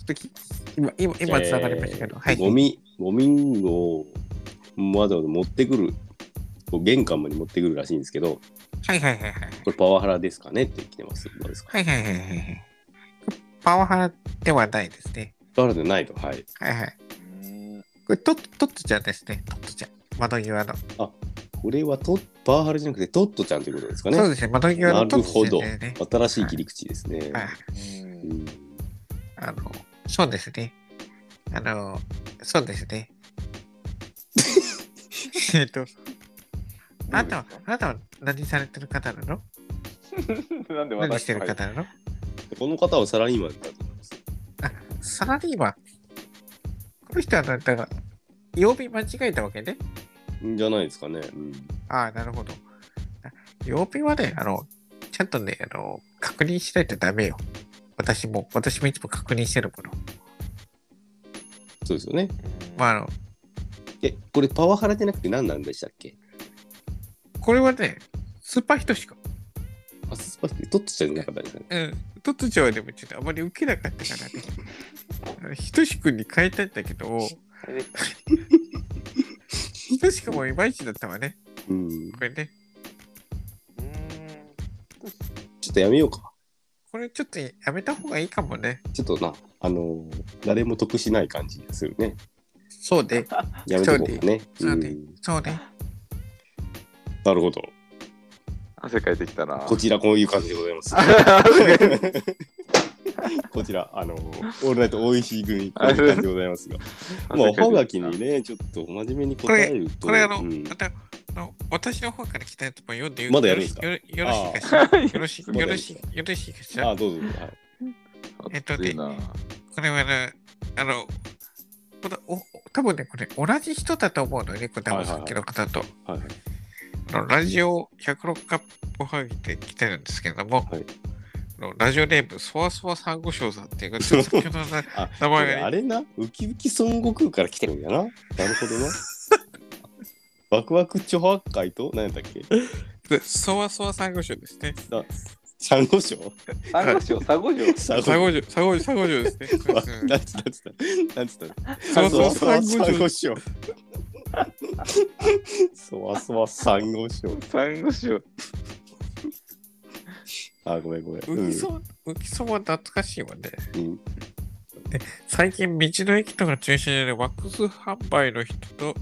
っとき、今、今、今、つながりましたけど。はい。
ゴミ、ゴミをわざわざ持ってくる、こう玄関まで持ってくるらしいんですけど、
はいはいはいはい。
これパワハラですかねって来てます。どうですか
はいはいはいはいはい。パワハラではないですね。
パワハラでないと。はい。
はいはい。これ、トットットちゃんですね。トットちゃん。窓際の。
これはとパワハラじゃなくてトットちゃんということですかね
そう。ですね。窓際
な
のト
る
ッ
ほ
ト
ど
ちゃんですね。。
新しい切り口ですね。
はい。
うん
うん
あの、そうですね。あの、そうですね。えっと、あなたは、あなたは何されてる方なの
なん
何
で私
してる方なの
この方はサラリーマンだと思います。
サラリーマン。この人はなんだか、曜日間違えたわけね。
じゃないですかね。うん
ああ、なるほど。あ曜日はね、あの、ちゃんとね、あの、確認しないとダメよ。私も、私もいつも確認してるもの。
そうですよね。
まあ、あの、
え、これパワハラじゃなくて何なんでしたっけ
これはね、スーパーヒトシか。
あ、スパストットちゃんじゃなかったですかね。
うん、突如はでもちょっとあまり受けなかったからね。あのひとしくんに変えたんだけど、ひとしくんもいまいちだったわね。
うん。
これね。
ちょっとやめようか。
これちょっとやめた方がいいかもね。
ちょっとな、あのー誰も得しない感じですよね。
そうね。
やめとこうかね。
そうね
ん
そうね。
なるほど。
汗かいてきたな。
こちらこういう感じでございます。 こちら、あのーオールナイトおいしい組、こういう感じでございます が。まあ、おはがきにね、ちょっと真面目に答えると。
これあの、
うん
また、あの私の方から来たやつも読んでよ
まだやるんですか
よろよろしいかし
あ
ら。
ー
よろし
まだや
い、よ
るん
ろ
で
し
す
い
か、
よろしいかし
あ
ら。
あ、どうぞ。はい
えっとね
熱いな
これはね、あの、このお多分ね、これ同じ人だと思うのよね、これ多分さっきの方と。
はいはい
あのラジオ106カップはぎで来てるんですけれども、
はい
あのラジオネーム、そわそわサンゴ礁さんっていう、ちょっと先ほどのな
あ
名
こ
前
れ
が
あ
ね、
れな、ウキウキ孫悟空から来てるんやな。なるほど な。ワクワク超破壊と、何やったっけ
そわそわサンゴ礁ですね。
サンゴ礁
サンゴ礁、サンゴ礁。
サン
サン
礁。
ゴ礁、サンゴ礁、サンゴ礁ですね。
わ
うん
なんつったなんつったなんつった
そわそわサンゴ
サンゴ
礁。
礁。 そわそわサンゴ礁。
サンゴ礁。
あ、ごめんごめん。
浮きそう、浮きそうは懐かしいわね。
うん
最近、道の駅とか中心でワックス販売の人と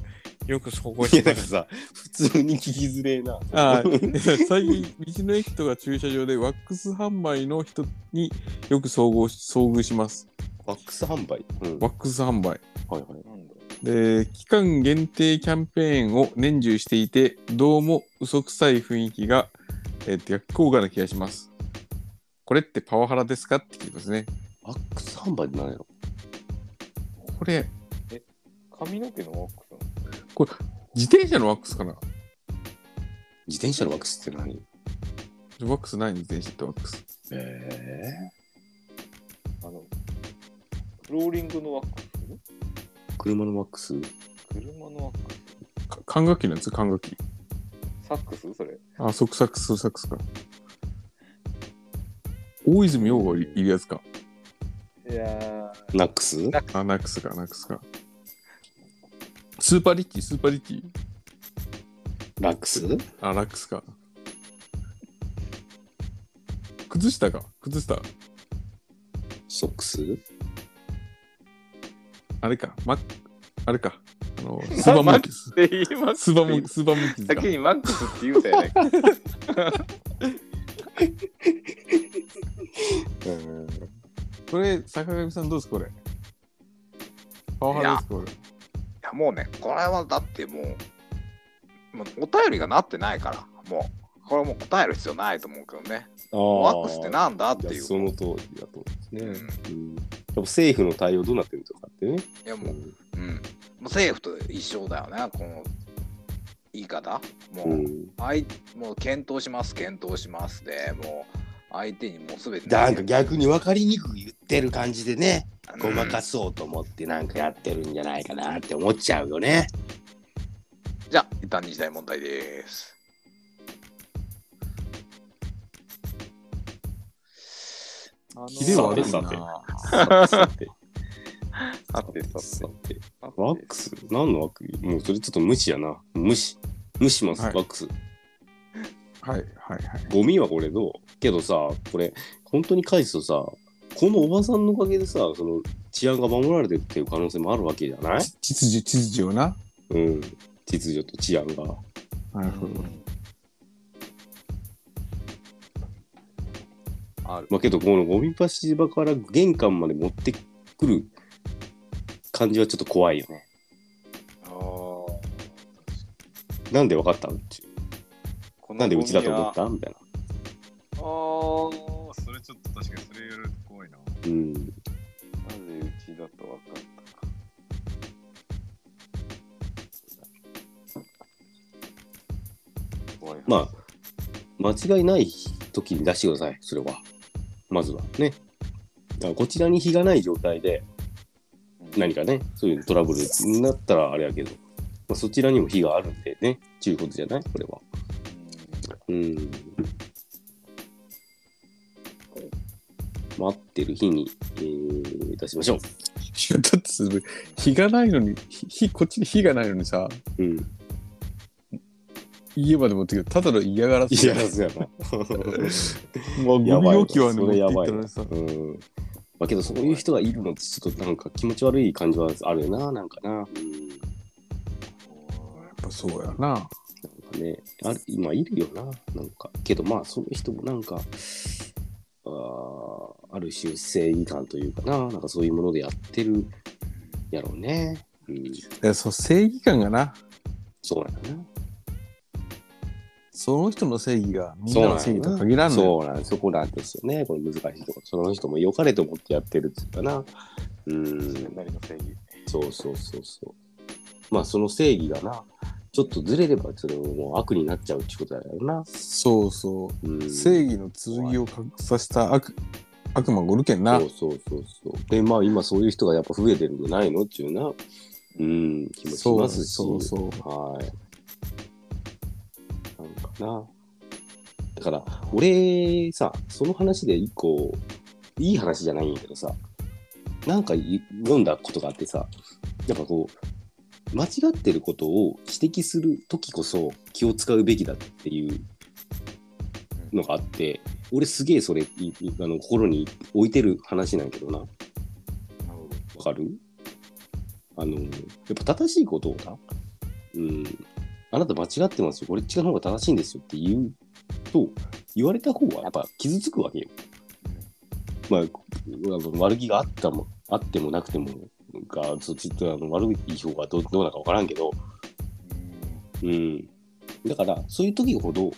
よく総合
い
し
や、な
て
ん
ま
か
す。
さ、普通に聞きづれえな。
あー 最近、道の駅とか駐車場でワックス販売の人によく遭遇し遭遇します。
ワックス販売。うん
ワックス販売。
はいはい。
なんだろ
で、期間限定キャンペーンを年中していて、どうも嘘くさい雰囲気が、えー、逆効果な気がします。これってパワハラですかって聞いてますね。
ワックス販売って何やろ
これ、
う髪の毛のワックス
これ、自転車のワックスかな
自転車のワックスって何
ワックスないの自転車ってワックス。
え
なのあの、フローリングのワックス
車のワックス
車のワック
か管楽器なんですよ、管楽器。
スサックスそれ。
あ、ソクサックス、サックスか。大泉洋がいるやつか。
い や
ナックス
あ、ナックスか、ナックスか。スーパーリッチ、スーパーリッチ。
ラックス
あ、ラックスか。崩したか崩した。
ソックス
あれか。マッあれか。あの、スーパーモンキーズ。
ー。で、今、
スーパーモンキーズ。スーパーモンキーズか
先にマックスって言うたよね。
うん。
これ、坂上さんどうですこれ。パワハラですこれ。
やもうねこれはだってもうもうお便りがなってないからもうこれはもう答える必要ないと思うけどね
ああ。
ワックスってなんだって
い
い
や
う
その通りだと。ね、
う
う
ん
ん、でも政府の対応どうなってるとかってね、
いや
う
も
ん
う、うん、もう政府と一緒だよね、この言い方。もう、
うん、
はい、もう検討します、検討しますで、もう相手にもうすべて。
なんか逆に分かりにくく言ってる感じでね
うん
ごまかそうと思ってなんかやってるんじゃないかなって思っちゃうよね。
じゃあ、一旦日大問題です。
あの
キレ悪い
さ
な
て。さてさてさてさてワックス何のワックスもうそれちょっと無視やな無視無視します、
はい
ワックス
はいはいはい。
ゴミはこれどうけどさこれ本当に返すとさこのおばさんのおかげでさその治安が守られてるっていう可能性もあるわけじゃない
秩序、秩序をな。
うん秩序と治安が
なるほど。
ある。
まあけどこのゴミ出し場から玄関まで持ってくる感じはちょっと怖いよね
あー
なんでわかったの
この
なんでうちだと思ったみたいな
あーそれちょっと確かにそれやると怖いな。
うん
なぜうちだと分かったか。怖い話
ま間違いない時に出してください、それは。まずはね。だからこちらに非がない状態で、何かね、そういうトラブルになったらあれやけど、まあ、そちらにも非があるんでね、ちゅうことじゃないこれは。うん。待ってる日に、えー出しましょ
いやだってすごい日がないのに、ひひこっちに火がないのにさ、
う。うん。
家まで持ってくる。ただの嫌 がらせ。
いや、そうやな。
もうゴミ置きはね、
それ
持
や
って行っ
ばい
た
な
のにさ。
うん。まあけど、そういう人がいるのって、ちょっとなんか気持ち悪い感じはあるよな、なんかな。うん。
やっぱそうやな。
なんかね、あれ今いるよな、なんか。けどまあ、その人もなんか、あーある種正義感というかな、なんかそういうものでやってるやろうね。うん、
いやそう正義感がな。
そうなんだな。
その人の正義がみん
そう
な
なん
の正義
だ
と
な
は限らんのよ。
そうなんそこなんですよね。これ難しいところ。その人も良かれと思ってやってるっていうかな。うん。
なりの正義。
そうそうそうそう。まあ、その正義がな、ちょっとずれれば、それももう悪になっちゃうってことだよな。
そうそう
うん、
正義の剣を格させた悪悪魔がおるけんな
そ。うそうそうそう。で、まあ今そういう人がやっぱ増えてるんじゃないのっていうな、うん、気もし
そう
ますし。
そうそう。
はい。なんかな。だから、俺さ、その話で一個、いい話じゃないんやけどさ、なんかい読んだことがあってさ、やっぱこう、間違ってることを指摘するときこそ気を使うべきだっていうのがあって、俺すげえそれいいあの心に置いてる話なんやけどな。わかるあの、やっぱ正しいことをな、うん、あなた間違ってますよ、これっちの方が正しいんですよって言うと、言われた方がやっぱ傷つくわけよ。まあ、あの悪気があったも、あってもなくても、が、そっちとあの悪い方がどうどうなのかわからんけど、うん。だから、そういう時ほど、なんか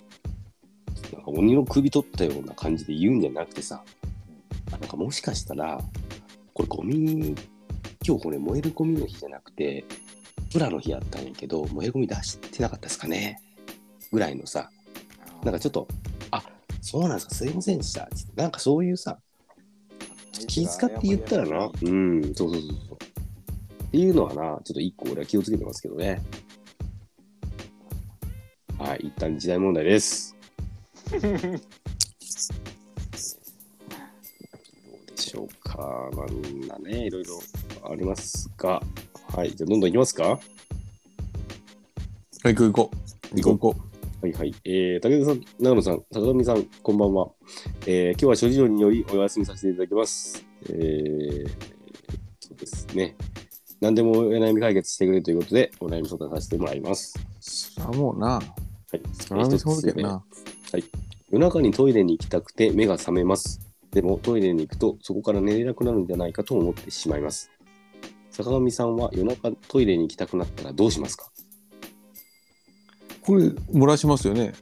鬼の首取ったような感じで言うんじゃなくてさ、あなんかもしかしたら、これゴミ、今日これ燃えるゴミの日じゃなくて、プラの日やったんやけど、燃えるゴミ出してなかったですかねぐらいのさ、なんかちょっと、あそうなんですか、すいませんでした。つってなんかそういうさ、気遣って言ったらな、うん、そうそうそうそう。っていうのはな、ちょっと一個俺は気をつけてますけどね。はい、一旦時代問題です。どうでしょうか。まあみんなね、いろいろありますが、はい、じゃあどんどんいきますか。
はい、行こう行こう。行こう行こ
はいはい。えー、武田さん、長野さん、坂上さん、こんばんは。えー、今日は諸事情によりお休みさせていただきます。えー、そうですね。何でもお悩み解決してくれるということで、お悩み相談させてもらいます。
う。あ、もうな。
はい。
そらみそうだけどな。
夜中にトイレに行きたくて目が覚めます。でもトイレに行くとそこから寝れなくなるんじゃないかと思ってしまいます。坂上さんは夜中トイレに行きたくなったらどうしますか
これ、漏らしますよね。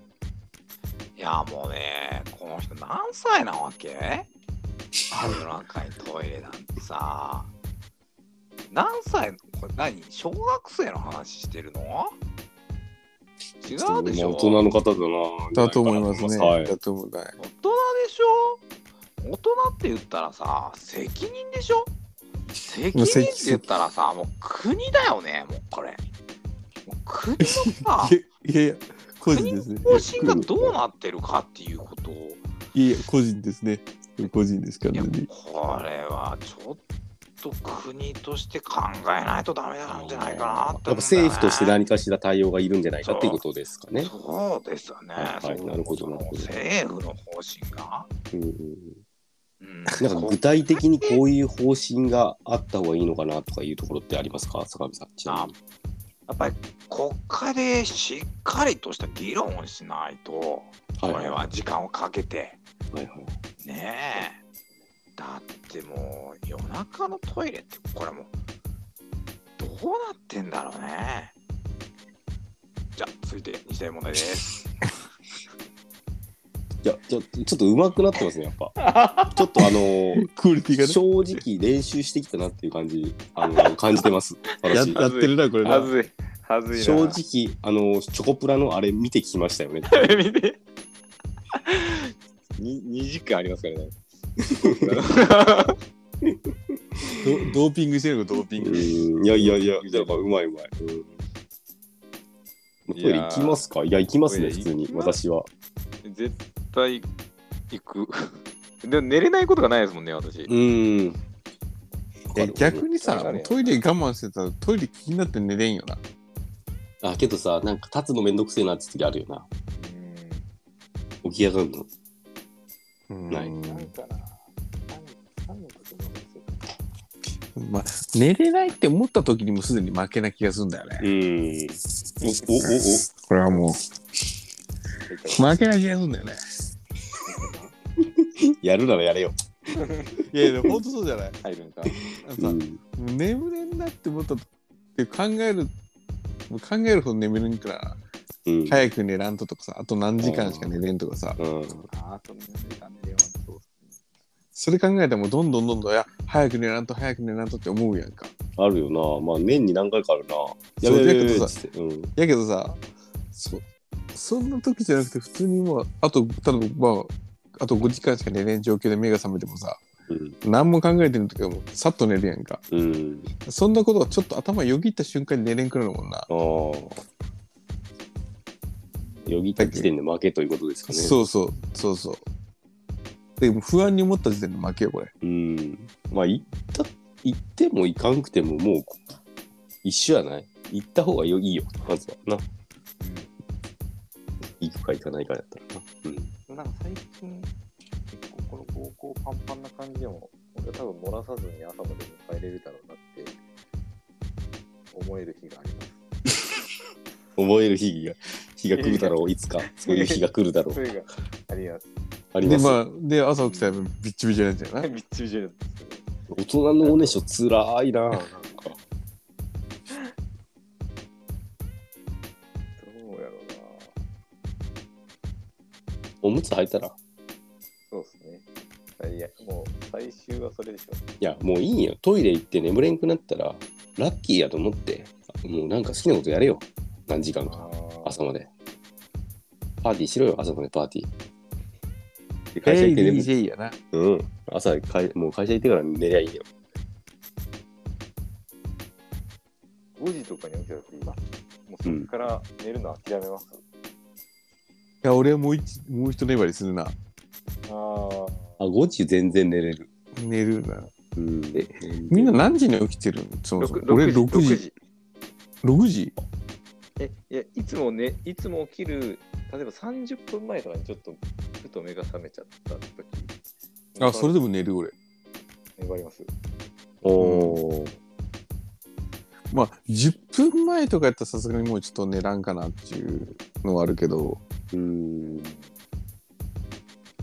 いやもうね、この人何歳なわけサウナかいトイレなんてさ何歳のこれ何小学生の話してるの違うでしょ
大人の方だな。
だと思いますね。
はい。
だと思うはい
大人でしょ大人って言ったらさ責任でしょ責任って言ったらさもう国だよねもうこれもう国の さ
いやいや、個人ですね。
方針がどうなってるかっていうことを
いや、個人ですね。個人ですか
い
ら
や
ね。
これはちょっと国として考えないとダメなんじゃないかなって
やっぱ政府として
だ
何かしら対応がいるんじゃないかっていうことですかね。
そうですよね、
はいはい
そう
なるほどなるほど
政府の方針が、
うんうん
うん、
なんか具体的にこういう方針があった方がいいのかなとかいうところってありますか、坂上さん。ちなみに
やっぱり国会でしっかりとした議論をしないと、こ
はい
れは時間をかけて、
はいはい。
ねえ。だってもう、夜中のトイレって、これもう、どうなってんだろうね。じゃあ、続いて、二点問題です。
いや、ちょちょっと上手くなってますね、やっぱ。 ちょっとあのー
クオリティがね。
正直練習してきたなっていう感じ、あのー感じて ます。
や
私。
やってるな、これな。
ずい。はずいな。
正直、あのーチョコプラのあれ見てきましたよね。はい
直。見 て。2時間ありますからね。
ドドーピングしてるのか、ドーピン
う
グ。
んいやいやいや、だからうまいうまい。うんトイレ行きますかいや、行きますね、普通に、私は。
絶対行く。 でも寝れないことがないですもんね、私。
うん。
え逆にさ
わかるよ、
トイレ我慢してたらトイレ気になって寝れんよな。
あ、けどさ、なんか立つのめんどくせえなって時あるよな。起き上がるの。
うん
ない
なんかな。何のことなんです
まあ、寝れないって思った時にもすでに負けな気がするんだよね。
うん。お、お、
これはもう、負けな気がするんだよね。
お、お、やるならやれよ。
いやいや、ほんとそうじゃない。
入るんか。
うん。
眠れんなって思ったって考える、考えるほど眠れんから、
うん。
早く寝らんととかさ、あと何時間しか寝れんとかさ、
うん。
あと2時間寝れます。そう
それ考えたらもうどんどんどんどん、いや、早く寝らんと早く寝らんとって思うやんか。
あるよな。まあ、年に何回かあるな。や
そ
べやべ
うだけ
やべ
ど
っ
さ
つって。うん。
やけどさ、そ、そんな時じゃなくて、普通にもう、あと、ただ、まあ、あと5時間しか寝れん状況で目が覚めてもさ、
うん。
何も考えてる時はもう、さっと寝るやんか。
うん。
そんなことがちょっと頭よぎった瞬間に寝れんくなるもんな。
ああ。よぎった時点で負けということですかね。
そうそう、そうそう。でも不安に思った時点で負けよ、これ。
うん。まあ、行った、行っても行かんくても、もう、一緒やない行った方がよいいよ、まずは。な。行くか行かないかやったらな。うん。
なんか最近、結構この高校パンパンな感じでも、俺は多分漏らさずに朝まで迎えれるだろうなって思える日があります。
覚える日が、日が来るだろう、いつか。そういう日が来るだろ。
そうれがあります。
あり
で、
ます。
まあ、で、朝起きたらびっちびちなんじゃ ない
みっちみちなんですけど。
大人のおねしょつらいな。なんか
どうやろうな。
おむつ履いたら。い
そうですね。いや、もう最終はそれでしょ。
や、もういいよ。トイレ行って眠れんくなったら、ラッキーやと思って、もうなんか好きなことやれよ。何時間か。
あ
朝まで。パーティーしろよ、朝までパーティー。で会社
え
行って眠
DJ やな。
うん。朝会、もう会社行ってから寝りゃいいよ。
5時とかに起きた時、今、もうそっから寝るの諦めます。
いや、俺はもう一、もう一粘りするな。
あ
あ、5時全然寝れる。
寝るな。
うん。で、
みんな何時に起きてるのそ
あ
もそも俺6時。。6時
え、いや、いつもね、いつも起きる、例えば30分前とかにちょっと、ふと目が覚めちゃった時。
あ、それでも寝る俺。
粘ります。
おー。
まあ、10分前とかやったらさすがにもうちょっと寝らんかなっていうのはあるけど、
うん。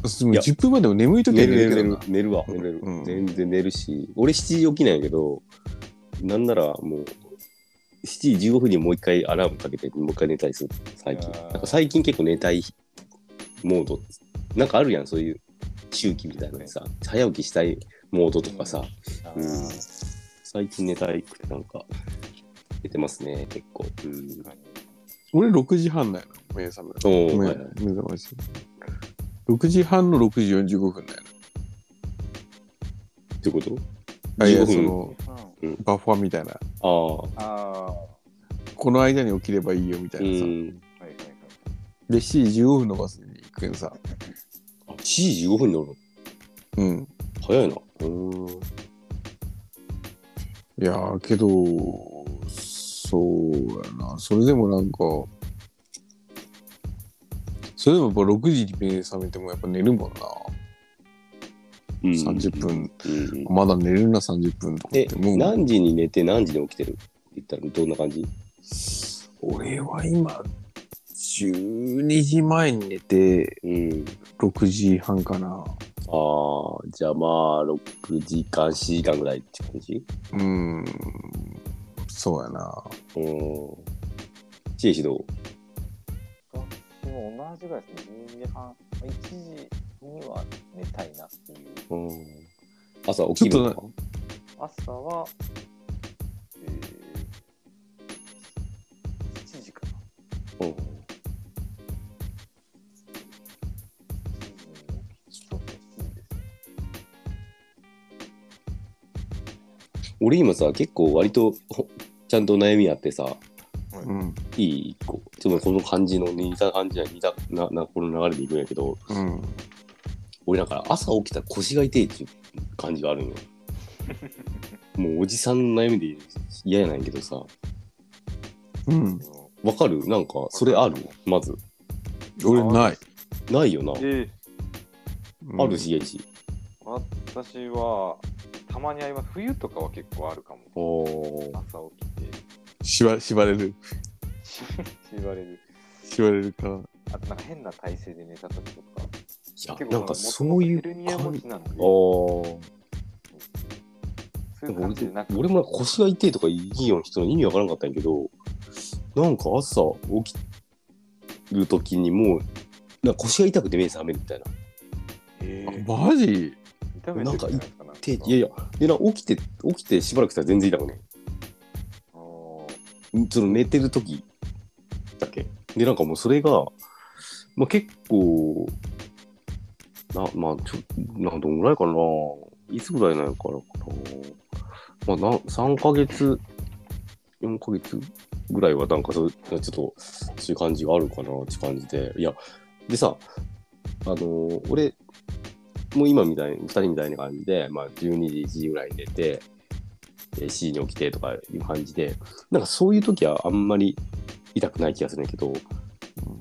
でも10分前でも眠い時は
寝
寝
る寝る寝
るけど
る
な。
寝るわ寝れる、
うん
全然寝るし俺7時起きなんやけどなんならもう7時15分にもう一回アラームかけてもう一回寝たりする最近
あー
なんか最近結構寝たいモードなんかあるやんそういう周期みたいなのにさ、早起きしたいモードとかさ、
あ
うん
ー
最近寝たいくてなんか、出てますね、結構。うん。
俺6時半だよ、目覚め。
お
ご
ー
め
はいはい
ん、目覚まし。6時半の6時45分だよ。
ってこと
あいや、
15分
その、バッファーみたいな。
あ
あー。
この間に起きればいいよみた
あ、
いうなさ。
ん。
はいはいはい。
で、7時15分のバスに行くんさ。
あ、7時15分に乗るの
うん。
早いな。うん。
いやー、けど、そうやな。それでもなんか、それでもやっぱ6時に目覚めてもやっぱ寝るもんな。
うん
30分。
うんうん
まだ寝るな、30分とかっ
で
て。、もう
何時に寝て何時に起きてるって言ったらどんな感じ
俺は今、12時前に寝て、
うん。
6時半かな。
ああ、じゃあまあ、6時間、4時間ぐらいって感じ
うーん、そうやな。
うん。シエシどう
私も同じぐらいですね、12時半、1時には寝たいなっていう。
うん朝起きるのか
朝は、えー、7時かな。
うん
7時に起きそうですね、7時ですね。
俺今さ結構割とほちゃんと悩みあってさ
うん。
いいこうちょっとこの感じの似た感じや似たななこの流れでいくんやけど
うん。
俺だから朝起きたら腰が痛いっていう感じがあ るのよもうおじさんの悩みで嫌やないけどさ
うん。
わかるなんかそれあるまず
俺ない。
ないよな、
え
ある。しやし
私は、たまにあります。冬とかは結構あるかも。
お
朝起きて、
しば、しばれる。
言われる。
しばれるから。
あとなんか変な体勢で寝た時とか。
いやなんかそういう
ヘルニア持
感じ
ちなんで。
あー
そういう感じでなんか
俺も腰が痛いとかいいよう人の意味わからんかったんやけどなんか朝起きる時にもうなんか腰が痛くて目覚めるみたいな。
えー
あマジ
痛めてるじゃないですかなんか
ていやいやでな起きて起きてしばらくしたら全然痛くない
あー
その寝てる時だけでなんかもうそれが、まあ、結構なまあちょなんどんぐらいかないつぐらいなのかなまあなん3ヶ月4ヶ月ぐらいはなんかそうちょっとそういう感じがあるかなって感じでいやでさあのー俺もう今みたいに2人みたいな感じで、まあ、12時1時ぐらいに寝てで7時に起きてとかいう感じでなんかそういう時はあんまり痛くない気がするんやけど、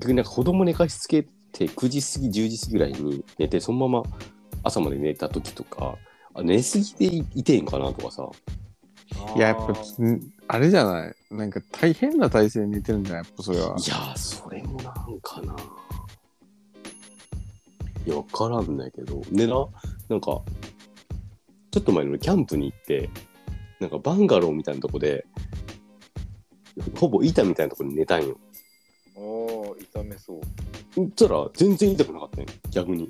逆になんか子供寝かしつけて9時過ぎ、10時過ぎぐらいに寝て、そのまま朝まで寝た時とか、あ寝すぎていいてんかなとかさ、
あー
いや、やっぱ、んあれじゃないなんか大変な体勢に似てるんじゃないやっぱそれは。
いやー、それもなんかな。いや、わからんねんけど、でな、なんか、ちょっと前に俺キャンプに行って、なんかバンガローみたいなとこで、ほぼ板みたいなとこに寝たんよ。
おー痛めそう。
そしたら全然痛くなかったんよ、逆に。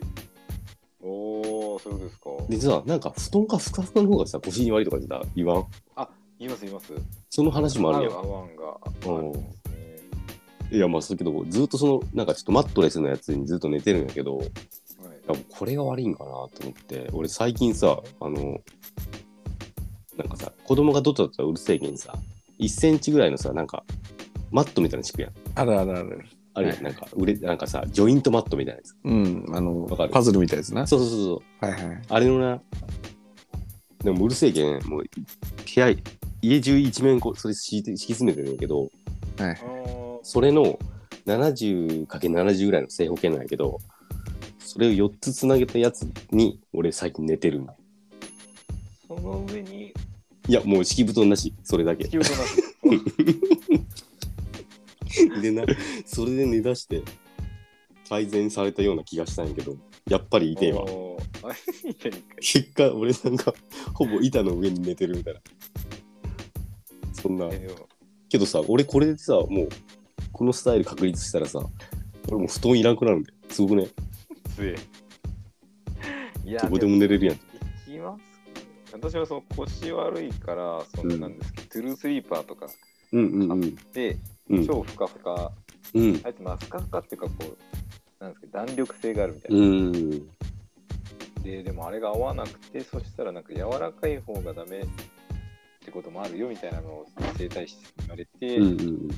おー、そうですか。
でさ、なんか布団がふかふかの方がさ、腰に悪いとかさ、言わん
言います、言います。
その話もあるや
合う合わんがあるんですね。
ん。いや、まあ、そうけど、ずっとその、なんかちょっとマットレスのやつにずっと寝てるんやけど、
はい
多分これが悪いんかなと思って、俺最近さ、あの、なんかさ、子供がどっちだったらうるせえけんさ、1センチぐらいのさ、なんか、マットみたいなの敷くやん。
あるあるある。
あるやん、なんか、売れ、なんかさ、ジョイントマットみたいなやつ。
うん。あの
わか、る
パズルみたいですな。
そうそうそうそう。
はいはい。
あれのな、でもうるせえけん、もう、部屋、家中一面こう、それ敷いて敷き詰めてるんやけど、
あー
それの 70×70 ぐらいの正方形なんやけど、それを4つつなげたやつに、俺最近寝てるんだ。
その上に、
いや、もう敷布団なし、それだけ
地。球となって
でな、それで寝出して、改善されたような気がしたんやけど、やっぱり痛いわ。
おーあいやいや
結果、俺なんか、ほぼ板の上に寝てるみたいな。そんな。
いやでも
けどさ、俺これでさ、もう、このスタイル確立したらさ、俺もう布団いらんくなるんだよ。すごくね。
つえ。
いや
どこでも寝れるやん。
行きます私はその腰悪いから、そのなんですけど、トゥルースリーパーとか
うんうんうん。
で、
うん
超ふかふか、
うん。
あいつ、まあ、ふかふかっていうか、こう、なんですけど、弾力性があるみたいな。
うん。
で、でもあれが合わなくて、そしたらなんか柔らかい方がダメってこともあるよみたいなのを整体師に言われて、
うんうん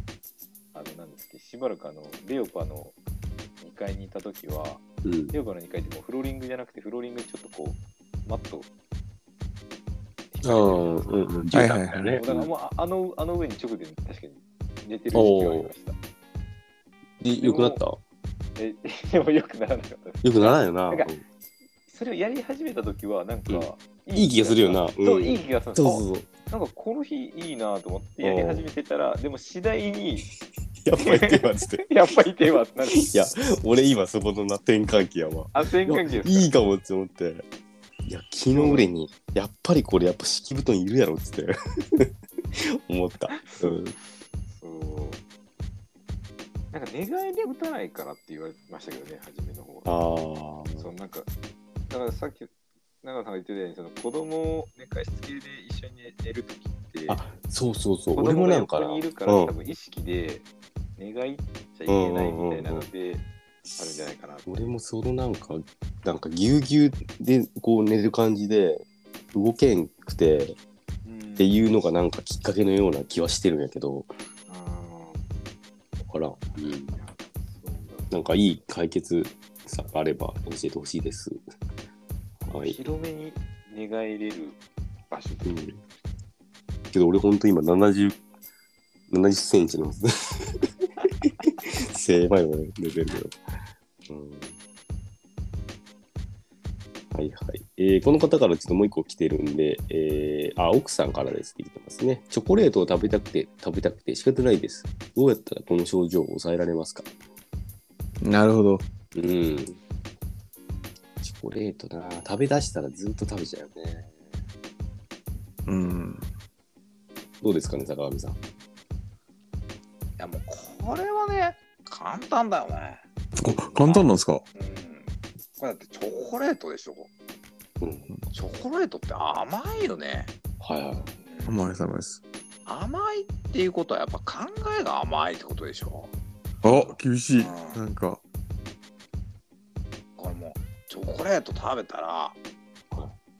あの、なんですけど、しばらくあの、レオパの2階にいた時は、
うん。
レオパの2階ってもうフローリングじゃなくて、フローリングにちょっとこう、マット、
ああ、うんうん。
はいはいはい
だからもうああのあの上に直で確かに寝てる時期はありました。
で、よくなった
え でもよくならなかったです。
よくならないよな。
なんかそれをやり始めた時はなんか、
うんいい気がするよな
そうう、
ん
いい気がするんで
そ
す
う
よ。
そうそう。
あなんかこの日いいなと思ってやり始めてたら、でも次第に
やっぱりって言わつって。
やっぱり手はなる。
いや、俺今そこのな転換期やわ。
あ、線関係ですか
いいかもって思って。いや、昨日俺に、やっぱりこれやっぱ敷布団いるやろっつって思った。うん。
そう。なんか寝返りは打たないからって言われましたけどね、初めの方は。
あ
そのなんか、だからさっき長野さんが言ってたように、その子供を寝かしつけで一緒に寝る時って、
ああ。そうそうそう。
子
俺も
供が
なんか
横
な。
にいるから、
うん
多分意識で寝返っちゃいけないみたいなので、あるんじゃないかな。
俺もそのなんか、なんかぎゅうぎゅうでこう寝る感じで動けんくて
っ
っていうのがなんかきっかけのような気はしてるんやけど、
あ
だからん、うん、
ーいやそうだ
なんかいい解決策あれば教えてほしいです。はい。
広めに寝返れる場所と
う
か、
ん。けど俺ほんと今70、70センチの 狭い俺寝てるけど。うんはいはい、えーこの方からちょっともう一個来てるんで、えーあ、奥さんからですって言ってますね。チョコレートを食べたくて、食べたくて仕方ないです。どうやったらこの症状を抑えられますか
なるほど。
うん。チョコレートな、食べ出したらずっと食べちゃうよね。
うん。
どうですかね、坂上さん。
やもうこれはね簡単だよね
こ簡単なんですか
うんこれだってチョコレートでしょ
うん。
チョコレートって甘いよね、
はいはい。
うん
甘いさまです。
甘いっていうことはやっぱ考えが甘いってことでしょ
あ厳しい。
うん
なんか、
これもうチョコレート食べたら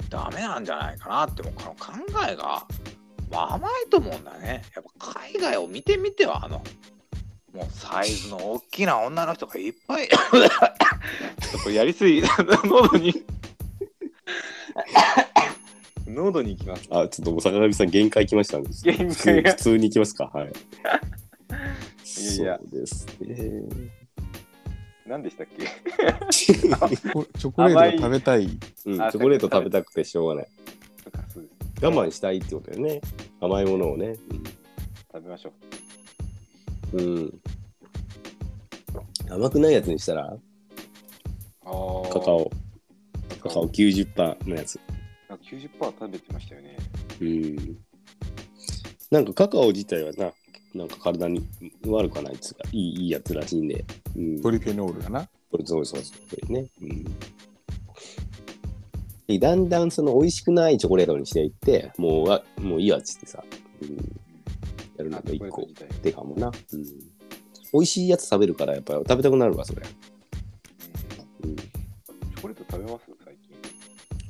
ダメなんじゃないかなってもうこの考えが、まあ、甘いと思うんだねやっぱ海外を見てみてはあのもうサイズの大きな女の人がいっぱ い
ちょっとやりすぎ、喉に。喉に行きます。
あ、ちょっともう坂上さん、限界来ましたね。
限
普通
界
普
が。
通に行きますか。はい。
いやいや
そうですね。
何でしたっけ
チョコチョコレートが食べたい。
うん、チ
あ
ョコレート食べたくてしょうがない。
とかそうです
我慢したいってことだよね。甘いものをね。
食べましょう。
うん。うん甘くないやつにしたら、
あ
カカオ、カカオ90%のやつ。
なんか90%食べてましたよね。
うん。なんかカカオ自体はな、なんか体に悪くはないっつうか、いいいいやつらしいんで。うん。
ポリフェノールだな。
これそうそうそうそれね、うんでだんだんその美味しくないチョコレートにしていってもうあもういいやっつってさ、うん、やるの
あ
が一個
自体
でかもな、うん、美味しいやつ食べるからやっぱ食べたくなるわそれ、うん、
うんチョコレート食べます最近。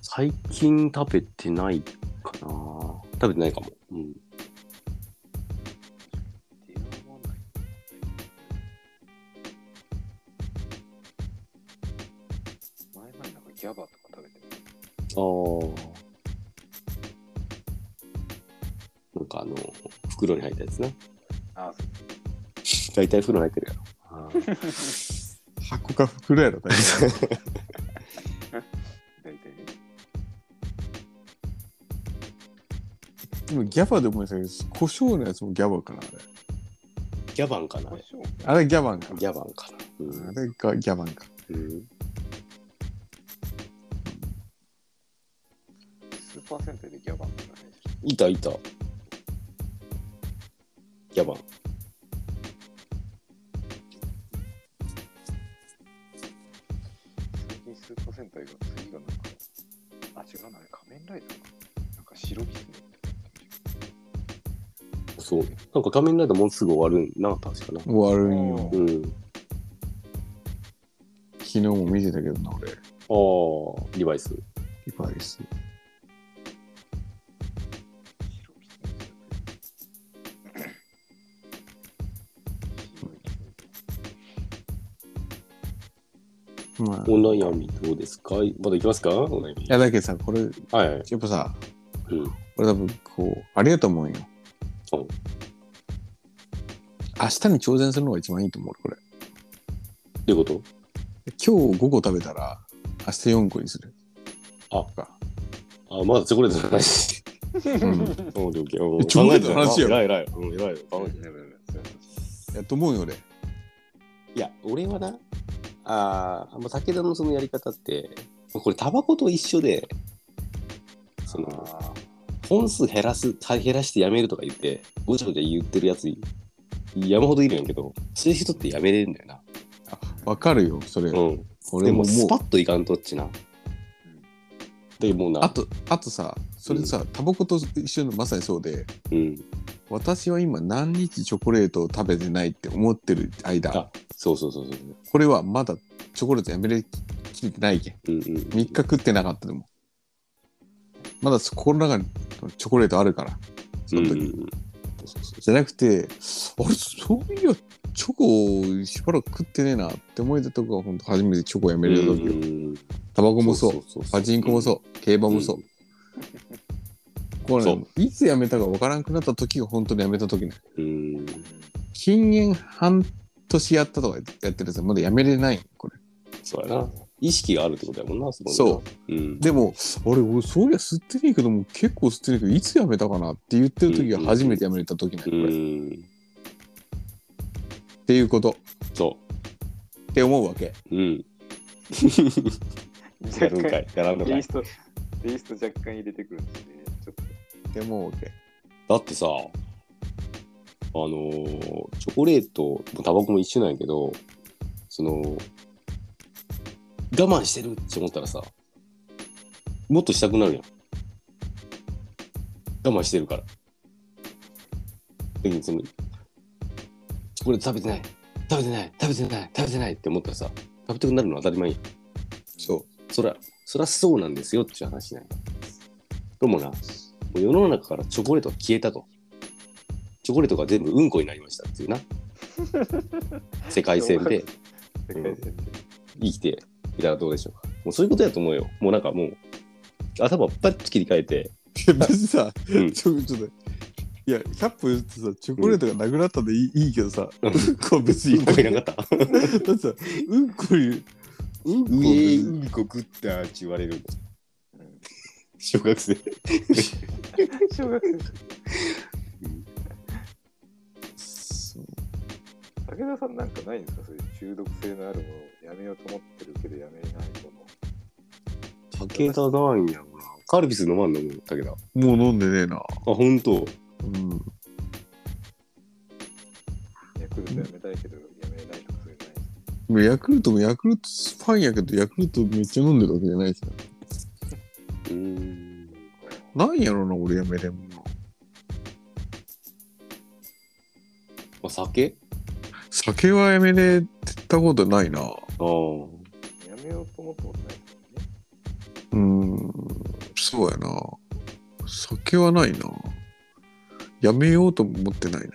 最近食べてないかな食べてないかも、うん、
出会わない。前までなんかギャバとか食べてます。
あーなんかあの袋に入ったやつな
あー、そう
大体袋に入ってるやろあー
箱か袋やろ、大体
大体ね。
でもギャバでもいいですけど、胡椒のやつもギャバかな。あれ
ギャバンかな
胡椒
あれギャバンか。
ギャバンかな、うん
あれがギャバンか。
うん
スーパーセントでギャバとかね。
いたいた。やば。
最近スーパー戦隊が次がなんか
あ、違うな、あれ仮面ライダーかなんか白キツネって
そう。なんか仮面ライダーもうすぐ終わるな、確かな。
終わるんよ。
うん。
昨日も見てたけどな、俺。
ああ、リバイス。
リバイス。
白キツネって言うんだよね
まあ、
お
い
悩みどうですかまだいきますかお悩み。
や、だけどさ、これ、や
はいはい。
っぱさ、
うん。
俺多分、こう、ありがとう思うんよ。
そう
明日に挑戦するのが一番いいと思う、これ。
どういうこと
今日午後食べたら、明日4個にする。
あ
とか。
あ、まだチョコレートじゃないし。
う ん。い
うん、オッケーオッケーうん
チョコレ
考え
ート
て
の話や
偉
ろ
い偉い。うん、偉いよ。考えて
やばいやばいやばいそういうこと
や、と思うよ、俺。
いや、俺はな、ああ、もう武田のそのやり方って、これタバコと一緒で、その、
あ
本数減らす、た減らしてやめるとか言って、ごちゃごちゃ言ってるやつ、山ほどいるんやけど、そういう人ってやめれるんだよな。
わかるよ、それ。
うん。
俺
で
も
も、
も
ス
う
パ。ッといかんとっちな。でもうな、
あと、あとさ、それさ、タバコと一緒のまさにそうで、
うん。
私は今何日チョコレートを食べてないって思ってる間
あ、そうそうそうそう。
これはまだチョコレートやめれきれてないけん。
うんうん。
3日食ってなかったでも。まだ心の中にチョコレートあるから、その時。
うんうんうん
じゃなくて、あれ、そういや、チョコをしばらく食ってねえなって思えたとこが本当初めてチョコやめれる時よ。
うん
タバコもそう、
そうそうそう
パチンコもそう、競馬もそう。これねいつやめたかわからんくなった時が本当にやめた時ね。
うん。
禁煙半年やったとかやってるやつはまだやめれないこれ。
そうやな。意識があるってことやもんな、そこにな
そ
う
う。
ん。
でも、俺、俺そういや吸ってねえけども、結構吸ってねえけど、いつやめたかなって言ってる時が初めてやめれた時なん
う
よこれ。っ
ん。
ていうこと。
そ
って思うわけ。
う。うん。
ー
や るんかい。やらんのか
テイ
い
ス。ト、テイスト若干入れてくるんですよね。ちょっと。
って思うわけ。
だってさ、あのーチョコレートもタバコも一緒なんやけど、その、我慢してるって思ったらさ、もっとしたくなるやん。我慢してるから。だけどその、チョコレート食べてない、食べてない、食べてない、食べてないって思ったらさ、食べたくなるのは当たり前やん。
そう。
そら、そらそうなんですよっていう話なんや。でもな、もう世の中からチョコレートが消えたと。チョコレートが全部うんこになりましたっていう な。世界線で
世界線で。
生きてみたらどうでしょうか。もうそういうことやと思うよ。もうなんかもう、頭をパッと切り替え て、
いや別にさ、
うん
ちょ、ちょっと。いや、100歩譲ってさ、チョコレートがなくなったんでいい,、いいけどさ、
うん
うんこは別
う
にい
んこい
い。
なかった。
だってさ、うんこに、うんこ
う
別
え
に
うんこ食ったって言われる。小学生。
小学生。
そう
武田さんなんかないんですかそういう中毒性のあるものをやめようと思ってるけどやめれないもの。
竹田なんやろな。カルピス飲まんのもう武田。あ、
もう飲んでねえな。
ほんと。
うん。
ヤクルトやめたいけどやめれないとかそういうのないんですか
もうヤクルトもヤクルトファンやけど、ヤクルトめっちゃ飲んでるわけじゃないし
うーん。
な。なんやろな、俺やめれんの。
お酒
酒はやめれてたことないな。
ああ。
やめようと思ったことないですもんね。
うーん、そうやな。酒はないな。やめようとも思ってないな。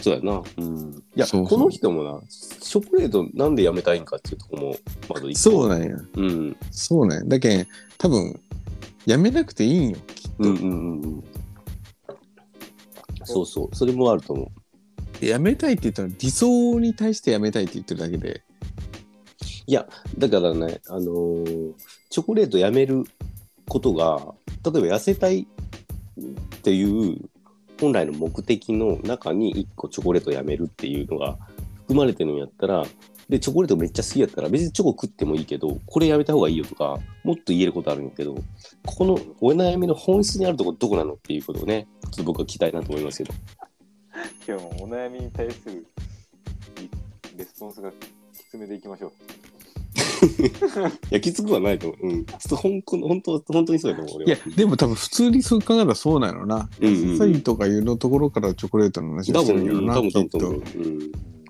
そうやな。うん。いや、
そうそう
この人もな、チョコレートなんでやめたいんかっていうとこも、まず一個
そうなんや。
うん。
そうなんや。だけん、多分、やめなくていいんよ。
うんうんうんうん。そうそう。それもあると思う。
やめたいって言ったら理想に対してやめたいって言ってるだけで。
いや、だからね、あのーチョコレートやめることが、例えば痩せたいっていう、本来の目的の中に1個チョコレートやめるっていうのが含まれてるんやったら、で、チョコレートめっちゃ好きやったら、別にチョコ食ってもいいけど、これやめた方がいいよとか、もっと言えることあるんやけど、ここのお悩みの本質にあるとこどこなのっていうことをね、ちょっと僕は聞きたいなと思いますけど。
今日もお悩みに対するいレスポンスがきつめでいきましょう。
や、きつくはないと思う。うん。ちょっと本本当、本当にそうやと思う。
い
俺
や
は、
でも多分普通にそう考えたらそうなのな。
うんうん
サイとかいうのところからチョコレートの話を
多
してる
分、
んやろ
うん多
な。
分、
き
多
っ
分、多分
と。。
うん。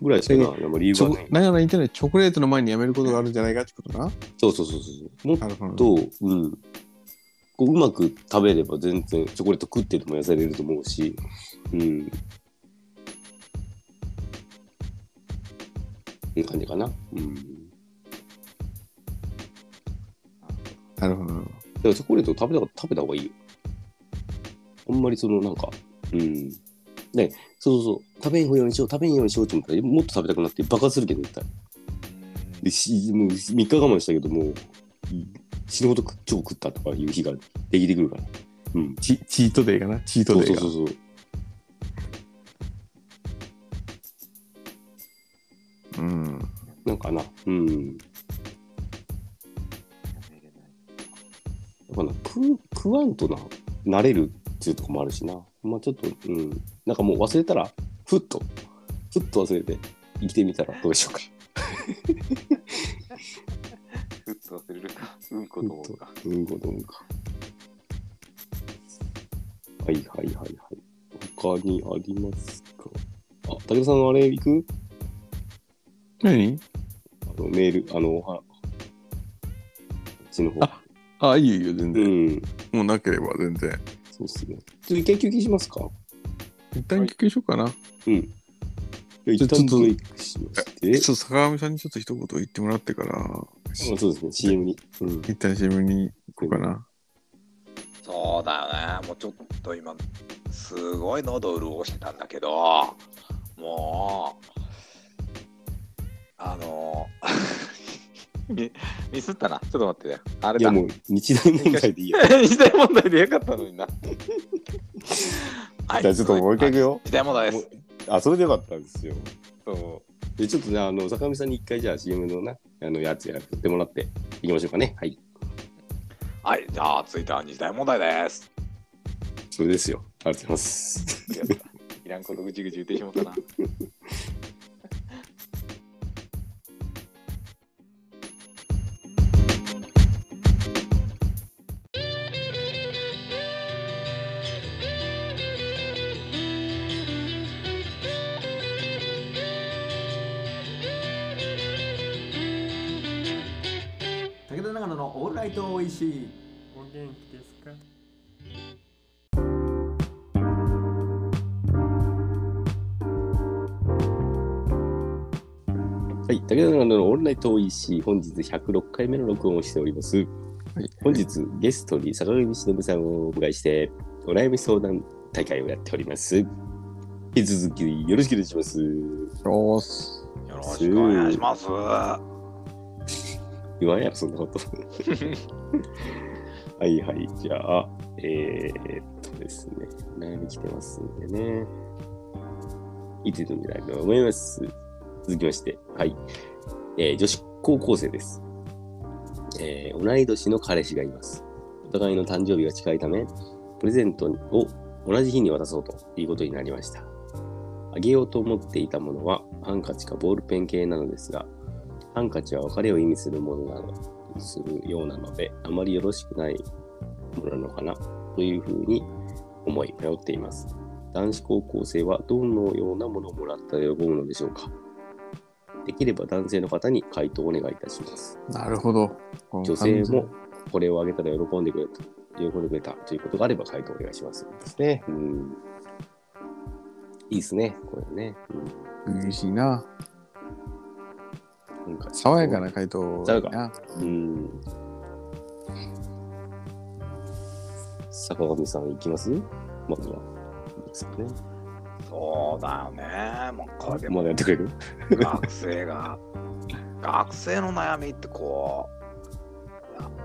ぐらいしかな、でも理
チ
由
ョ
は
コ
ない。
だから言ってないチョコレートの前にやめることがあるんじゃないかってことな。
そうそうそうそう。もっ
なるほど。
と、うん。こううまく食べれば全然チョコレート食ってても痩せれると思うし、うん。こんな感じかな。うん。だ
なるほど。
からチョコレート食べた食べた方がいいよ。あんまりそのなんか、うん。ね、そうそうそう、食べんようにしよう、食べんようにしようって思ったら、もっと食べたくなって爆発するけど、絶対。でしもう3日我慢したけど、もう、死ぬほど食超食ったとかいう日ができてくるから。うん。
チチートデイかな。チート
そう
デ
そ
イ
う
が
そう。そう
うん。
なんかな、うん。やっぱな、食う食わんとな、慣れるっていうとこもあるしな。まあちょっと、うん。なんかもう忘れたら、ふっと、ふっと忘れて、生きてみたらどうでしょうか。
ふっと忘れるか、うんこと思うか。
うんごどんか。はいはいはいはい。他にありますかあ、武田さんのあれ行く
何
あのメール、あの、は、こっちの方。
ああ、いいよいいよ、全
う
然。
ん。
もうなければ全然。
そうっすね。ちょっと一回休憩しますか
一旦休憩しようかな。
うん。一
ちょ
旦
っと
ブレイクしまして。
ちょっと坂上さんにちょっと一言言ってもらってから、
あそうですね、CM に。うん。
一旦 CM に行こうかな。
そうだよね。もうちょっと今、すごい喉潤してたんだけど、もう、あの、 ミミスったな。ちょっと待ってね。あれ
いや
だ。
もう、日大問題でいいや。
時代問題でよかったのにな。は
じゃあちょっともう一回いくよ。
時代問題です。
あ、それでよかったんですよ。
そ
で、ちょっとじゃあ、あの、坂上さんに一回じゃあ CM のな、あの、やつやってもらっていきましょうかね。はい。
うはい、じゃあ、続いては時代問題です。
それですよ。ありがとうございます。
いらんことぐちぐち言ってしまったな。
武田長野のオールライトおいしい
お元気ですか
はい。武田長野のオンライト OEC、本日106回目の録音をしております。
はい
本日、ゲストに坂上忍さんをお迎えして、お悩み相談大会をやっております。引き続きよろしくお願いします。
おーす。
よろしくお願いします。
言わんやろ、そんなこと。はいはい、じゃあ、えー、っとですね、悩み来てますんでね。いつでも見たいと思います。続きまして、はい。えー女子高校生です。えー同い年の彼氏がいます。お互いの誕生日が近いため、プレゼントを同じ日に渡そうということになりました。あげようと思っていたものは、ハンカチかボールペン系なのですが、ハンカチは別れを意味するものなの、するようなので、あまりよろしくないものなのかな、というふうに思い、迷っています。男子高校生はどのようなものをもらったら喜ぶのでしょうかできれば男性の方に回答をお願いいたします。
なるほど。この
女性
感じ
もこれをあげたら喜んでくれた、喜んでくれたということがあれば回答お願いします。ですね。うん。いいですね、これね。
嬉しいな。
うん、なんか
爽やかな回答
爽や
だ
か
な。
うん。坂上さん、行きますまずは。いいですかね。
そうだよね。もうこれで
ま
も
だやってくれる
学生が学生の悩みってこ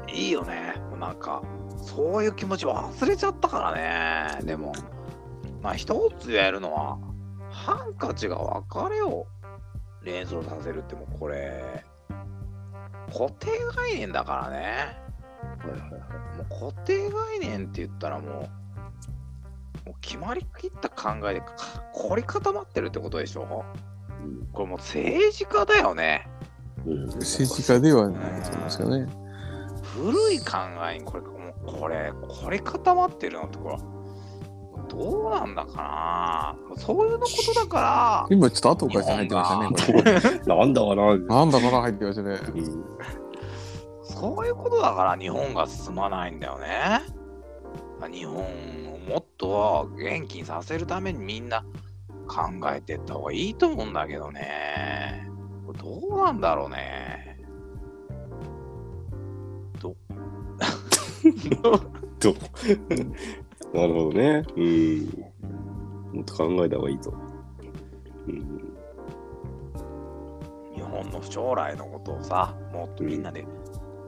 ういやいいよねもうなんかそういう気持ち忘れちゃったからねでもまあ一つ言えるのはハンカチが別れを連想させるってもうこれ固定概念だからねもう固定概念って言ったらもうもう決まりきった考えでか凝り固まってるってことでしょこれもう政治家だよね。
政治家ではないと思うんですよね。
古い考えにこれもうこれこれ固まってるのってこれどうなんだかなそういうのことだか
今ちょっと後から入ってましたね。これ
なんだかな。
なんだから入ってましたね。
うん
らそういうことだから日本が進まないんだよね日本をもっと元気にさせるためにみんな考えてった方がいいと思うんだけどねこれどうなんだろうねど
と なるほどね。うん。もっと考えた方がいいと。うん。
日本の将来のことをさもっとみんなで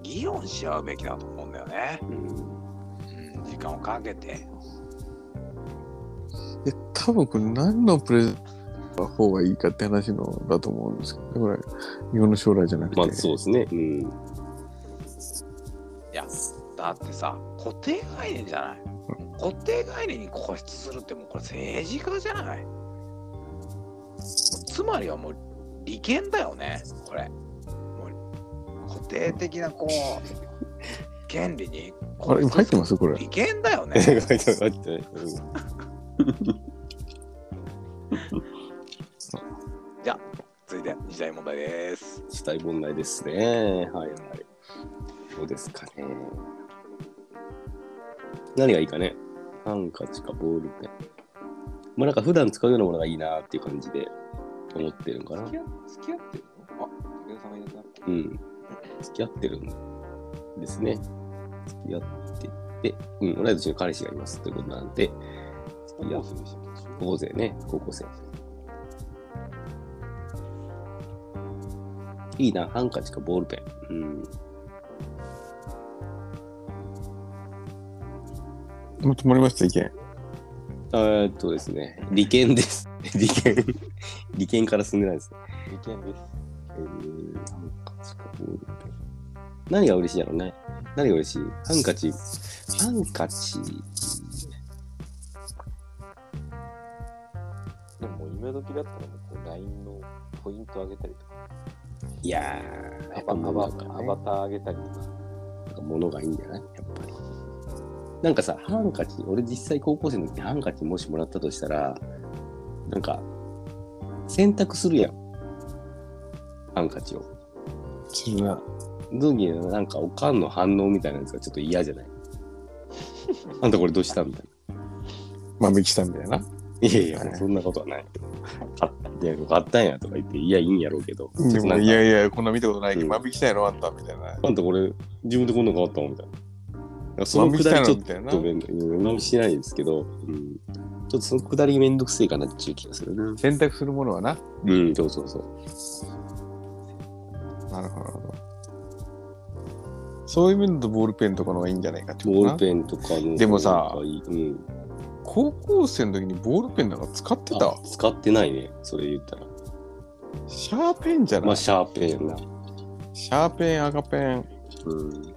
議論し合うべきだと思うんだよね、
うん
うん、時間をかけて
え多分これ何のプレゼントの方がいいかって話のだと思うんですけど、これ日本の将来じゃなくて。
まあそうですね。うん。
いやだってさ固定概念じゃない固定概念に固執するってもうこれ政治家じゃないつまりはもう利権だよねこれもう固定的なこう 権利に
あれ今入ってますこれ。
利権だよね
書いてあって。うん
続いて二大問題です
死体問題ですね。はいはい。どうですかね。何がいいかね。ハンカチかボールペン。まあなんか普段使うようなものがいいなっていう感じで思ってるのかな。
付き合付き合ってるのあ、武田さんがいなくなった。
うん。付き合ってるんですね。付き合ってて、うん、同い年の彼氏がいますということなんで、付き合
高
っ
校生でしたっ
高
け
校生ね、高校生。いいな、ハンカチかボールペン。うん。
もう決まりました意見。
えーっとですね、利権です。 利権。利権から進んでないです。
利権です。
えー、ハンカチかボールペン。何が嬉しいやろうね。何が嬉しいハンカチ。ハンカチ。
でももう今時だったらもうこう LINE のポイント上げたりとか、
いやー、や
ア
っぱ
バア
物
バ
が、ね、
アバター上げたりとか。
なんか物がいいんじゃないやっぱり。なんかさ、ハンカチ、俺実際高校生の時ハンカチもしもらったとしたら、なんか、洗濯するやん。ハンカチを。
するな。
どういうなんかおかんの反応みたいなやつがちょっと嫌じゃない あんたこれどうしたみたい
まあミキさんみたいな。
な。いやいや、もうそんなことはない。買ったやろ、買ったんやとか言って、いや、いいんやろうけど。ちょっ
で
とな
も
ん
い
か
やいやこんな見たことないけ
うん
ど万引きしたんやろあんたみたいな。
あんたこれ、自分でこんなの変わったのみたいな。なんかそのくだりちょっと
万
めんどいやまあしないですけど、うん、ちょっとそのくだりめんどくせえかなっていう気がするな。
選択するものはな。
うん、そうそうそう。
なるほど。そういう面だとボールペンとかの方がいいんじゃないかってこと
ボー
な
ル。ペンとかの。
でもさ
うん、
高校生の時にボールペンなんか使ってた
あ。使ってないね、それ言ったら。
シャーペンじゃない、
まあ、シャーペンやな。
シャーペン、赤ペン。
うんい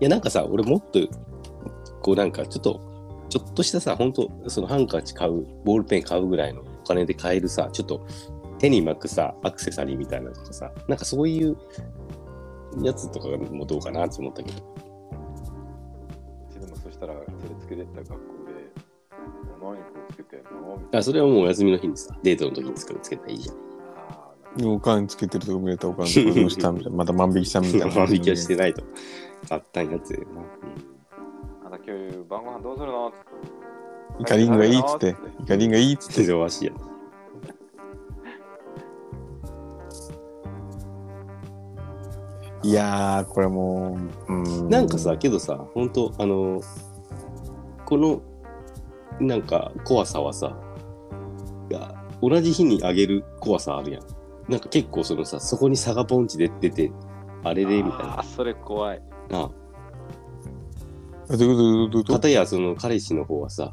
やなんかさ俺もっとこうなんかちょっとちょっとしたさほんとそのハンカチ買うボールペン買うぐらいのお金で買えるさちょっと手に巻くさアクセサリーみたいなのとかさなんかそういうやつとかもどうかなって思ったけど
でもそしたら、それつけてった学校で、何これつけてんのみたい
あそれはもうお休みの日にさデートの時につけつけたらいいじゃん
な。あー
お金つけてるとこ見れたお金とかどうしたみ たいな。また万引きしたみたいな。
万引きはしてないと買ったんやつでな、
あんた今日晩ご飯どうするの
イカリングがいいっつって。イカリングがいいっつっ
手
て。
でわしやな
うんいやー、これもう、うん。
なんかさ、けどさ、本当あの、この、なんか、怖さはさ、いや同じ日にあげる怖さあるやん。なんか結構そのさ、そこに差がポンチで出て、あれれみたい
あー、それ怖い。
な。な
どういうことどういうことどう
あ
いうこと
片やその彼氏の方はさ、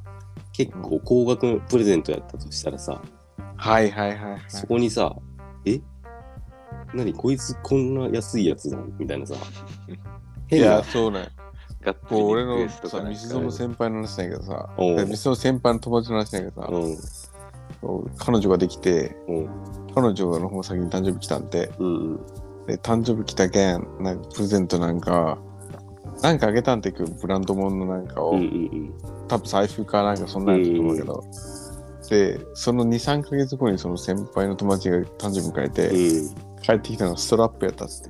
結構高額のプレゼントやったとしたらさ、
はいはいはいはい。
そこにさ、え何こいつこんな安いやつだみたいなさ。
い
変な
や、。そうね。
がっつり
こう俺
リクエ
の
スト
さ、
かなんか
ミスゾの先輩の話だけどさ、
おう
ミスゾの先輩の友達の話だけどさ、
うん
そう彼女ができて、
うん
彼女の方が先に誕生日来たんで
うんうん。
で誕生日来たけんなんかプレゼントなんかなんかあげたんてくブランド物のなんかを、
うんうん
多分財布かなんかそんなんやったと思うけど、でその23か月後にその先輩の友達が誕生日迎えて、
うん。
帰ってきたのがストラップやったっつって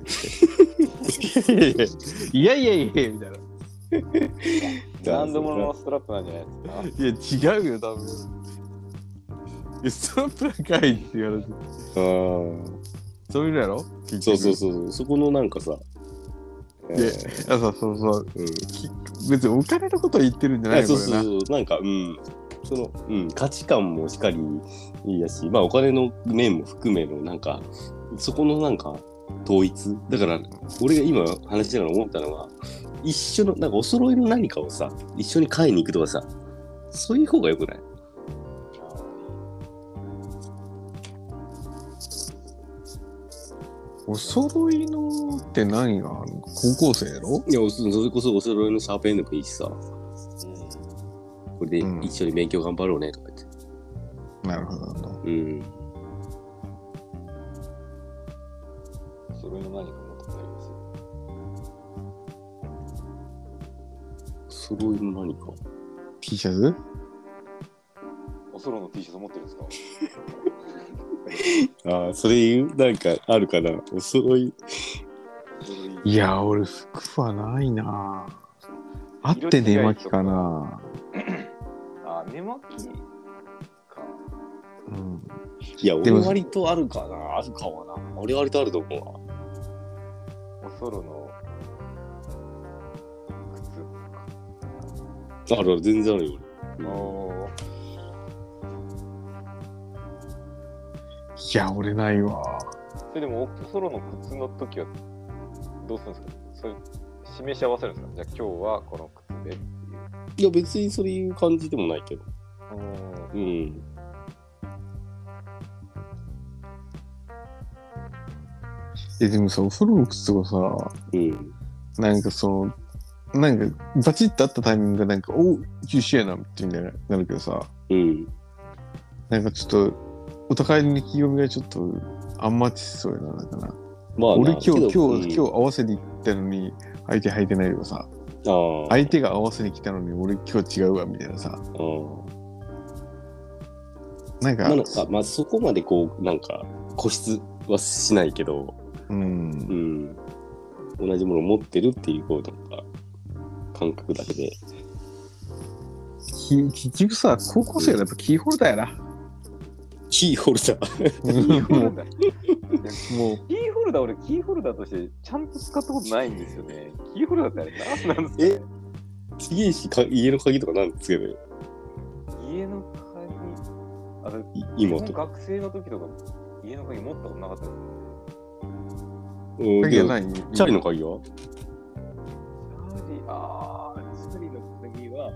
いやいやいやいやみたいな。
ブランド物のストラップなんじゃないです か。
いや違うよ多分えストラップなんかいって言われて
あ
そういうのやろ結
あ。そうそう
そ
そう。そこのなんかさ。え
で
ー
うそうそうそう
うん、
別にお金のこと言ってるんじゃない
いや
よ
そ
こ
う
れ
そう
な
そうなんかうんその、うん、価値観もしっかりいいやしまあお金の面も含めのなんかそこのなんか統一だから俺が今話しながら思ったのは一緒のなんかお揃いの何かをさ一緒に買いに行くとかさそういう方がよくない
お揃いのって何があるの高校生やろ
いやおそそれこそお揃いのシャーペンでもいいしさこれで
うん
一緒に勉強頑張ろうねとか言って
なるほどなるほど
うん
それの何か持ってたりますよ。
お揃いの何か
T シャツ
おソロの T シャツ持ってるんですか
ああそれ言うなんかあるかなお揃い
いや俺服はないなあって出巻きかな
あ、寝巻きか。
うん
いや
で
俺
も
割とあるかなあるかもな俺割とあると思うわ
おソロの靴。
あるある全然あるよ
おー
いや俺ないわ
それでも、おソロの靴の時はどうするんですかそれ示し合わせるんですかじゃあ今日はこの靴でっていう。
いや別にそういう感じでもないけどうん
えでもさお風呂の靴とか
うん
さなんかそのなんかバチッとあったタイミングでなんか「おう一緒やな」っていうんだよなるけどさ
うん
なんかちょっとお互いの意気込みがちょっとあんまちそうやななんかな
まあな
俺今日今
けど
日、
うん
今日合わせに行ったのに相手履いてないとかさ
ああ
相手が合わせに来たのに俺今日違うわみたいなさ
あー
なんか
まあなんかまあそこまでこうなんか固執はしないけど
うん
うん同じものを持ってるっていうこうなんか感覚だけで
き結局さ高校生はやっぱキーホルダーやな
キーホルダー
も
ダー
うもう
キーホルダー、俺、キーホルダーとしてちゃんと使ったことないんですよね。キーホルダーってあれ、何なんです
え
か
ちげえしか家の鍵とかなんつける
家の鍵、あの、
い今
もう
とか
学生の時とか、家の鍵持ったことなかったです。
うん
鍵
で
は
も
ない
チャリの鍵は
チャーリー、あー、チャーリーの鍵は、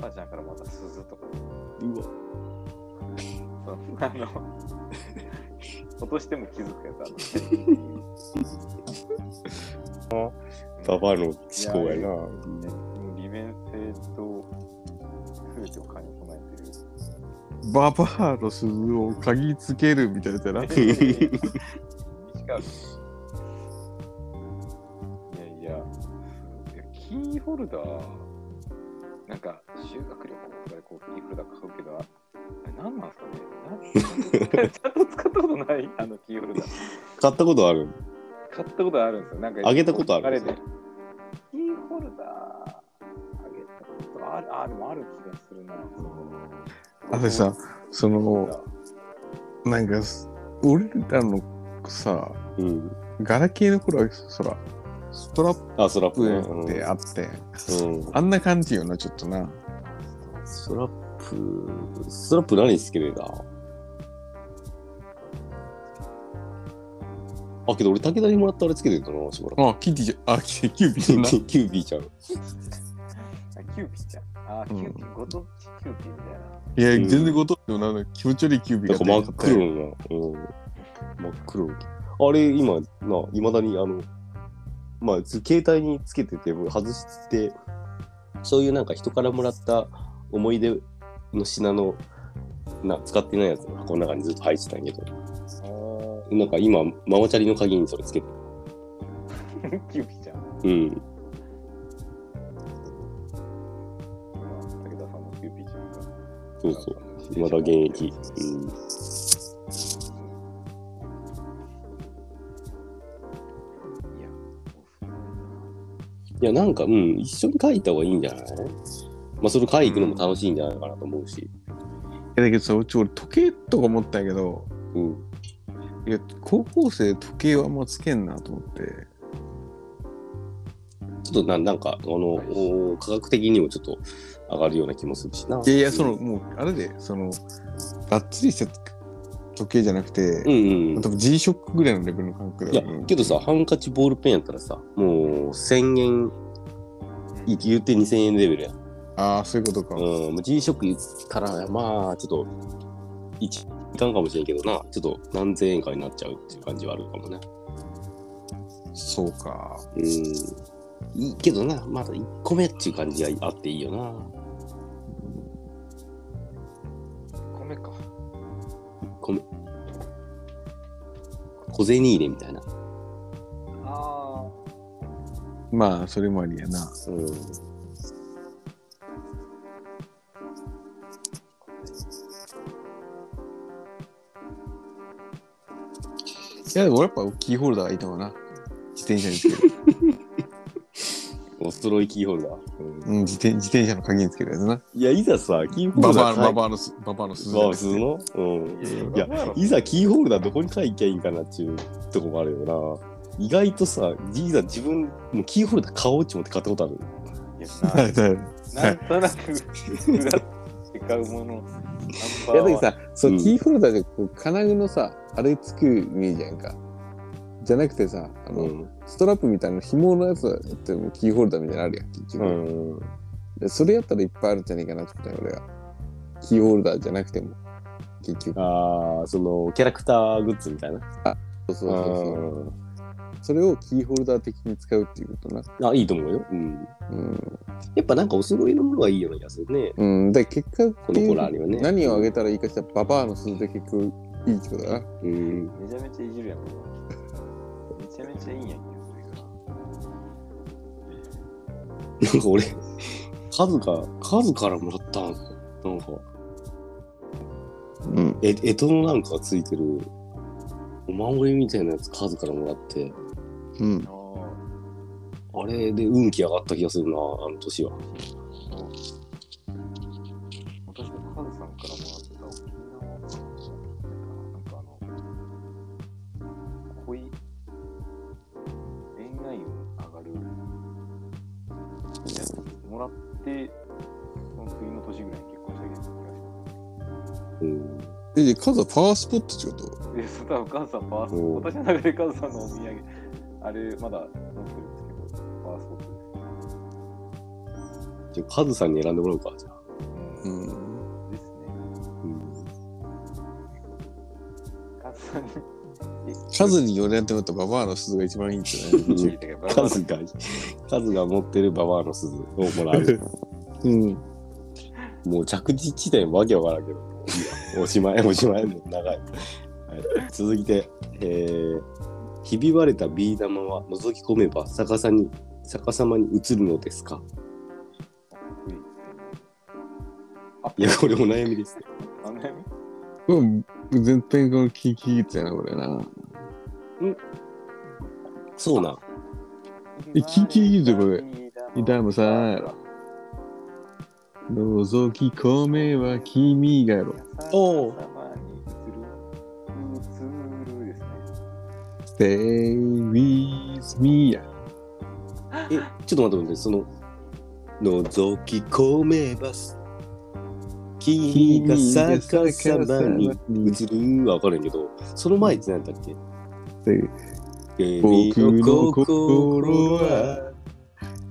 母ちゃんからまた鈴とか、
うわ
その あの、落としても気づくやつあ
バ
の、
バアの思考や
い
な
やもう利便性と、全てを兼ね備えてる。
ババアの鈴を鍵つけるみたいなやつやな
いやいや、いやキーホルダー、なんか修学旅行とかでこうキーホルダー買うけど、あれ何なんですかねな ちゃんと使ったことないあのキーホルダー。
買ったことある
買ったことあるんですよ。なんか
あげたことある
れで。キーホルダー、あげたことある、あ、でもある気がするな。
あとさ、その、なんかす、俺らのさ、
うん
ガラケーの頃はそら、ストラッ
あストラップね
プであって、
うん
あんな感じよな、ちょっとな。
ストラップ、ストラップ何つけるなあ、けど俺、武田にもらったあれつけてんだな、しばらく。
あ、キティじゃ、あ、キティ、キューピ
キ
ーな。
ュキュービーちゃん。
あキューピーちゃん。あ、キューピー、ごとちキューピーみたいな。
いや、
うん
全然ごとんよな、気持ち悪いキューピ
なん
ー
か
が
真って
出きて。
黒のな。うん。真っ黒の。あれ、今、ないまだに、あの、まあ、ず携帯につけてて、外して、そういうなんか人からもらった思い出の品のな使ってないやつの箱の中にずっと入ってたんやけどなんか今ママチャリの鍵にそれつけてる
キューピちゃん。
うん
武田さんもキューピちゃんが。
そうそうまだ現役、うん、
いや、
いやなんかうん一緒に書いた方がいいんじゃないまあそれ書いてのも楽しいんじゃないかなと思うし
やだけどさ、うち俺時計とか持ったんやけど、
うん
いや、高校生時計はあんまつけんなと思って。
ちょっとななんかあのお科学的にもちょっと上がるような気もするしない
やいや、その、もう、あれで、その、がっつりした時計じゃなくて
う、んうん
多分 G ショックぐらいのレベルの感覚
い
だ
や
よ、ね。
けどさ、ハンカチボールペンやったらさ、もう1000円、い言って2000円レベルやん。
ああ、そういうことか。
うん、もう G ショック言ったら、まあ、ちょっと、一いかんかもしれんけどな、ちょっと何千円かになっちゃうっていう感じはあるかもね。
そうか。
うん。いいけどな、まだ1個目っていう感じがあっていいよな。
1個目か。
1個目。小銭入れみたいな。
あ
まあ、それもありやな。
うん。
いや、でも俺やっぱキーホルダーがいいのかな。自転車につけ る。
お揃いキーホルダー。うん
うん、自転自転車の鍵につけるやつな。
いや、いざさ、キーホ
バ
ルダ
バア
ー
の、ババアのす、ババアの鈴じゃ
まあ
な
普
くて
通の、うん、いや
まあ
いざキーホルダーどこに書いていいんかなっていうとこもあるよな意外とさいざ自分もうキーホルダー買おうって思って買ったことある
あ。
はい はい
いや、ななんとなく、裏って買うもの、ナンバ
いやだけど
ーワン。
さ、そううんキーホルダーでこう金具のさあれつくイメージやんかじゃなくてさあの、
うん
ストラップみたいな紐のやつだってもうキーホルダーみたいなのあるやん結局、
うん
でそれやったらいっぱいあるんじゃないかなってことよ俺はキーホルダーじゃなくても結局
ああそのキャラクターグッズみたいな
そうそうそうそうそれをキーホルダー的に使うっていうことな
うんあいいと思うよ、うん、
うん、
やっぱなんかお揃いのものがいいような気がするね
うん、で結果
この頃あるよね
何をあげたらいいかしたらババアの鈴で結局いいってことだな
うん
めちゃめちゃいじるやん、これめちゃめちゃいいんやんけ、
な
それが。
んか俺数が数からもらったんですよなんか
うん
え干支のなんかがついてるお守りみたいなやつ数からもらって
うん
あれで運気上がった気がするなあの年は
私もカズさんからもらってた沖縄のなんかあの恋恋愛運上がるやつもらってその次の年ぐらいに結婚した気がし
うん
えじゃあカズはパワースポットってこと
ますでそ多分カズさんパワース
おう
私の中でカズさんのお土産あれまだ持ってるんですけどパワースポットです
じゃあカズさんに選んでもらうかじゃあ
う
うんん
ですね カズさんに
数によりやってもらったババアの鈴が一番いいんじゃない
うん
聞いたけどバラバ
カ
ラ
ズがカズが持ってるババアの鈴をもらう
うん。
もう着地地点わけわからんけどもういいやおしまいおしまいもう長い、はい、続いてえーひび割れたビー玉は覗き込めば逆さに逆さまに映るのですかいやこれお悩みですね
あの辺
うん。全体がキーキーってやな、これな。
そうなん
え聞いていいぞこれ痛むさ覗き込めは君がやろ。
おう
映るですね。
Stay with me や。
えちょっと待って待ってその覗き込めば君が逆さまに映るはわかるんやけどその前って何だったっけ
僕の心は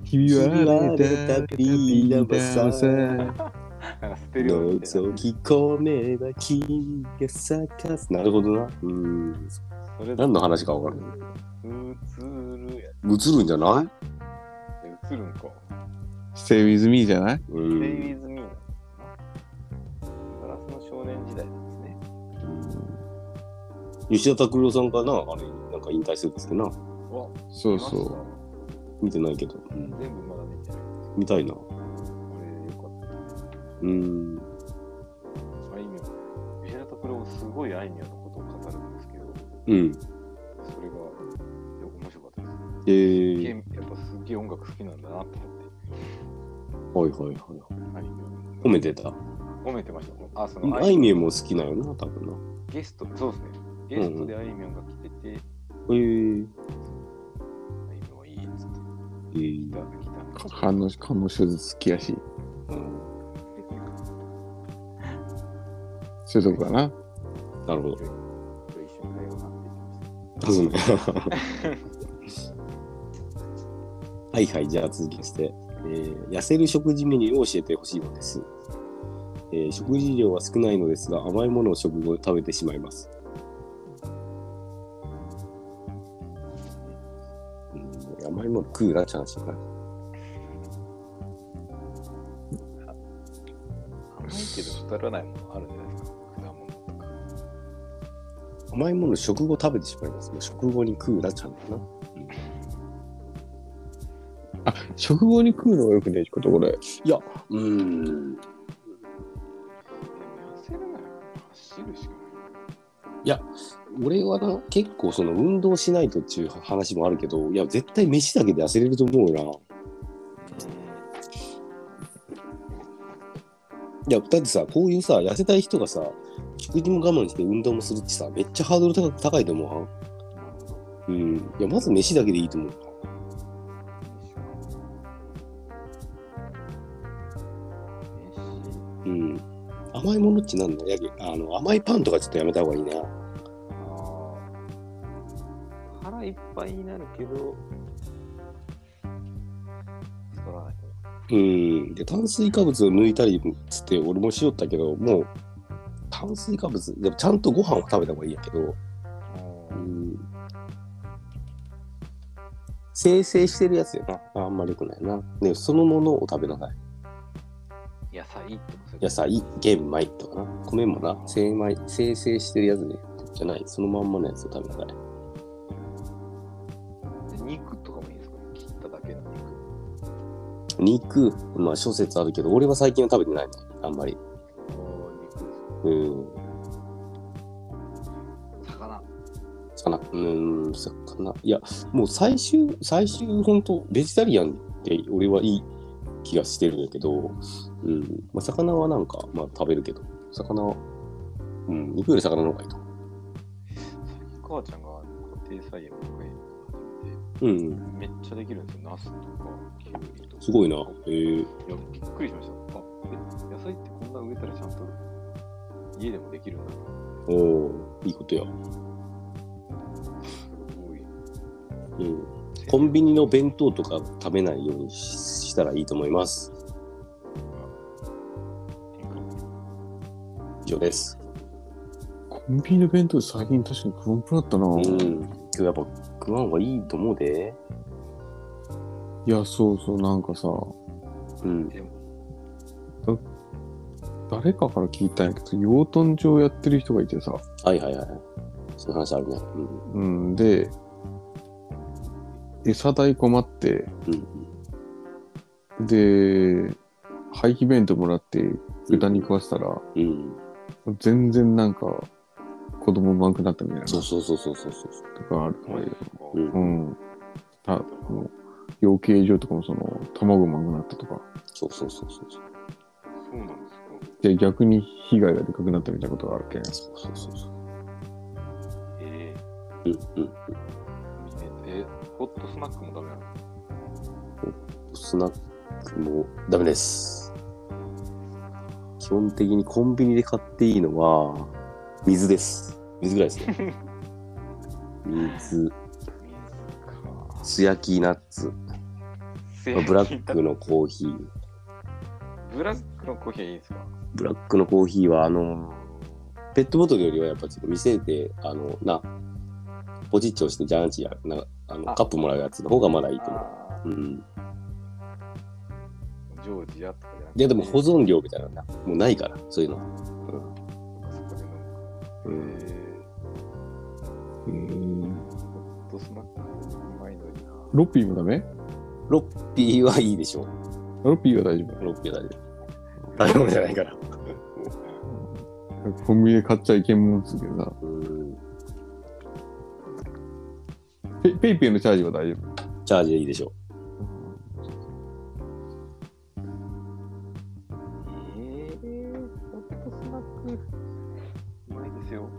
ひび割れたビー玉さ。
なんかステレオみたいな
覗き込めば君が逆さなるほどなうん
それ
何の話かわかる
映るや
映るんじゃない
つ。映るんか。
Stay with me じゃない
うん
Stay with me ガラスの少年時代。
吉田拓郎さんかな、あれ、なんか引退するんですけどな。
わ
そうそう
見てないけど、うん
全部まだ見てない。
見たいな。
あれ、よかった。
うん。
あいみょん。藤原拓郎すごいあいみょんのことを語るんですけど、
うん。
それがよ面白かったです。
え
すげえ
ー、
やっぱすげえ音楽好きなんだなと思って、
はいはいはい。
あいみょん。
褒めてた。
褒めてました。あ、その
あいみょんも好きなよな、多分な。
ゲスト、そうですね。ゲストであいみょんが来てて、
えー、
あいみょんはいいっつって、
えー
ギターが来た。
彼の彼の手術好きやしそういうとこかな
なるほど。
と一緒にだよなって言ってました。
そうね はいはい、じゃあ続きまして、えー痩せる食事メニューを教えてほしいのです、えー食事量は少ないのですが、甘いものを食後食べてしまいます。うん甘いもの食うなって話だな。
甘いけど太らないものあるんじゃないですか。果物とか。
甘いもの食後食べてしまいます。もう食後に食うなって話だな。
あ食後に食うのがよくないってことこれ
うん。
でも痩せるなら走るしかない。
俺はな結構その運動しないとっていう話もあるけどいや絶対飯だけで痩せれると思うよないやだってさこういうさ痩せたい人がさ食事も我慢して運動もするってさめっちゃハードル高高いと思うわうんいやまず飯だけでいいと思ううん甘いものってなんだやけあの甘いパンとかちょっとやめた方がいいな
腹いっぱいになるけど、太らない。
うんで炭水化物を抜いたりっつって俺もしよったけどもう炭水化物でもちゃんとご飯を食べた方がいいんやけどうん生成してるやつやな。あんまり良くないな。ね、そのものを食べなさい。
野菜ってこと
野
です
菜、玄米とかな。米もな、精米、生成してるやつじゃない。そのまんまのやつを食べなさい。
ね肉とかもいいですか切っただけの肉。
肉、まあ諸説あるけど、俺は最近は食べてないね。あんまり。
おー肉です
うん。
か魚。
魚。うん、魚。いや、もう最終、最終、本当ベジタリアンって俺はいい気がしてるんだけど、うん、まあ、魚はなんか、まあ食べるけど、魚は、うん、肉より魚の方がいいと。
最近母ちゃんが家庭菜園とかやっ
うん、
てめっちゃできるんですよ。ナスとかキュウリとか。
すごいな。
い
えー、
や、びっくりしました。あ、え、野菜ってこんな植えたらちゃんと家でもできるんだな。
おおいいことや。
すごい。
うん。コンビニの弁当とか食べないようにししたらいいと思います。以上です。
コンビニの弁当最近確かに食わんくなったな、
うん。
い
今日やっぱ食わん方がいいと思うで。
やそうそうなんかさ
うん。
誰かから聞いたんやけど養豚場やってる人がいてさ
はいはいはい。そういう話あるね。うん。
うんで餌代困って
うん。
で廃棄弁当もらって豚に食わせたら、
うん。
全然なんか子供うまくなったみたいな
そう
と
そうそうそうそうそう。
かあるから
う。
うんんたあの養鶏場とかもその卵うまくなったとか
そうそうそうそうそう。
そうなんですか。
で逆に被害がでかくなったみたいなことがあるけん
そうそうそうそう。
え
うんうん。
ええホットスナックもダメなの
スナックもダメです。基本的にコンビニで買っていいのは、水です。水ぐらいです ね。水、
水
素焼きナッツ、
か。
ブラックのコーヒー。
ブラックのコーヒーはいいんですか
ブラックのコーヒーは、あの、ペットボトルよりはやっぱちょっと店で、あの、な、ポチッチ押してジャンチや、なあの
あ
カップもらうやつの方がまだいいと思
あ
う。うん。
ージョージアとかじゃなくて。
いや、でも保存料みたいなのな、もうないから、そういうのは。
そっかそこで飲むか。え
えー
ホットスナックうまいのにな。
ロッピーもダメ
ロッピーはいいでしょ。
ロッピーは大丈
ロッピーは大丈夫。大丈夫じゃないから。
夫。コンビニで買っちゃいけんもんっつうけどさ。
うん。
ペペイペイのチャージは大丈夫。
チャージでいいでしょ。
えー、ホットスナック。うまいですよ。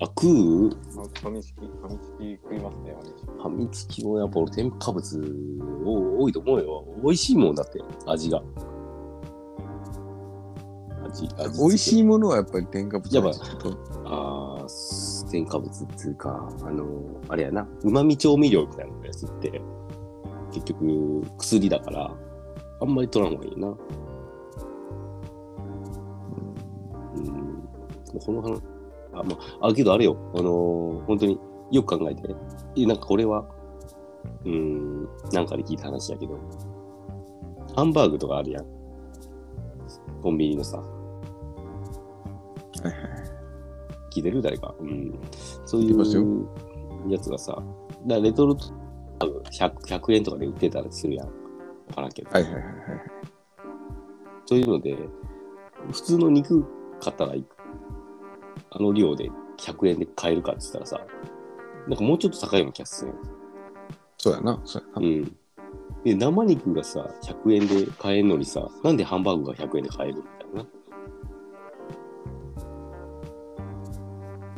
あ、食う
まずファミチキ、ファミチキ食いますね、ファミチキ。
ファミチキもやっぱ俺添加物多多いと思うよ。美味しいもんだって、味が。味、味付け。
美味しいものはやっぱり添加物
やばい
ちょっと
ああ、添加物っていうか、あのあれやな、旨味調味料みたいなやつって、結局薬だから、あんまり取らん方がいいな。うん、もうこの話、あ、まあ、あ、けどあれよ、あのー本当によく考えて、いやなんかこれは、うん、なんかで聞いた話やけど、ハンバーグとかあるやん。コンビニのさ。聞いてる誰か。うん。そうい
聞いてますよ
うやつがさ、だからレトルトハンバーグ 100, 100円とかで売ってたりするやん。わからんけど。
はいはいはいはい。
そういうので、普通の肉買ったらいいあの量で100円で買えるかって言ったらさ、なんかもうちょっと高いような気がするよ
そうやな、そうやな。
うん。で、生肉がさ、100円で買えるのにさ、なんでハンバーグが100円で買えるみたいな。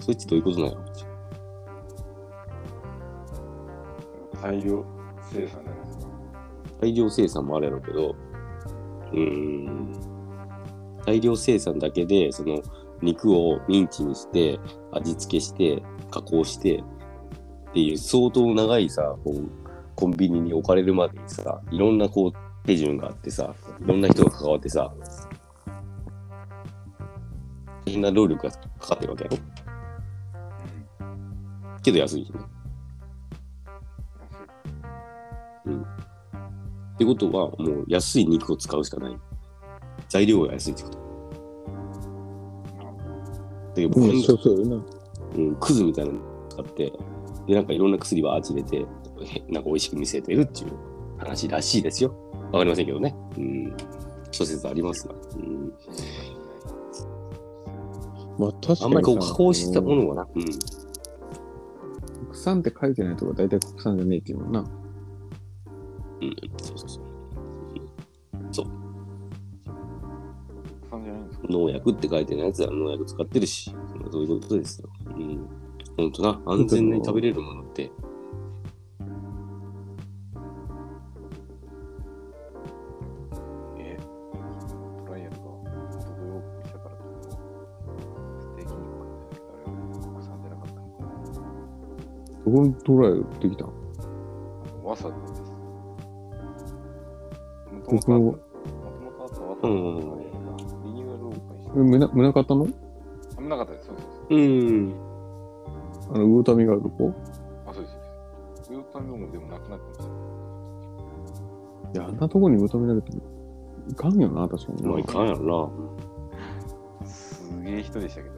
そいつどういうことなの
大量生産じゃないですか。
大量生産もあるやろうけど、うーん、大量生産だけで、その肉をミンチにして、味付けして、加工して、っていう相当長いさ、こうコンビニに置かれるまでにさ、いろんなこう手順があってさ、いろんな人が関わってさ、大変な労力がかかってるわけやろけど安いしね。ってことは、もう安い肉を使うしかない。材料が安いってこと。で、僕
うん、そうそうやな。
うん、クズみたいなの使って、で、なんかいろんな薬はあちれて、へなんか美味しく見せてるっていう話らしいですよ。わかりませんけどね。うん。諸説ありますが。うん。
まあ確かにさ
あんまりこう加工したものはな。うん。
国産って書いてないとこ大体国産じゃねえっていうもんな。
うん。そうそうそう。
国産じゃないんですか。
農薬って書いてないやつは農薬使ってるし、そういうことですよ。うん。ほんとな、安全に食べれるものって。
えトライアルが元土曜日したから昨日、ステーキ肉買ってたけど、あれは国産じゃなかったのかな。
どこにトライできたの
あのわさびです。もとも
僕
とあ
も
ったわさびのトライアルがリニューアルオープンして、
胸胸型の
危なかったです。そうです。
うん。
あの、魚民があるとこ
あ、そうです。そうですウヨタミもでもなくなってました。
いや、あんなとこに魚民投げてもいかんよな、確かにな。
まあいかんやろ
すげえ人でしたけど、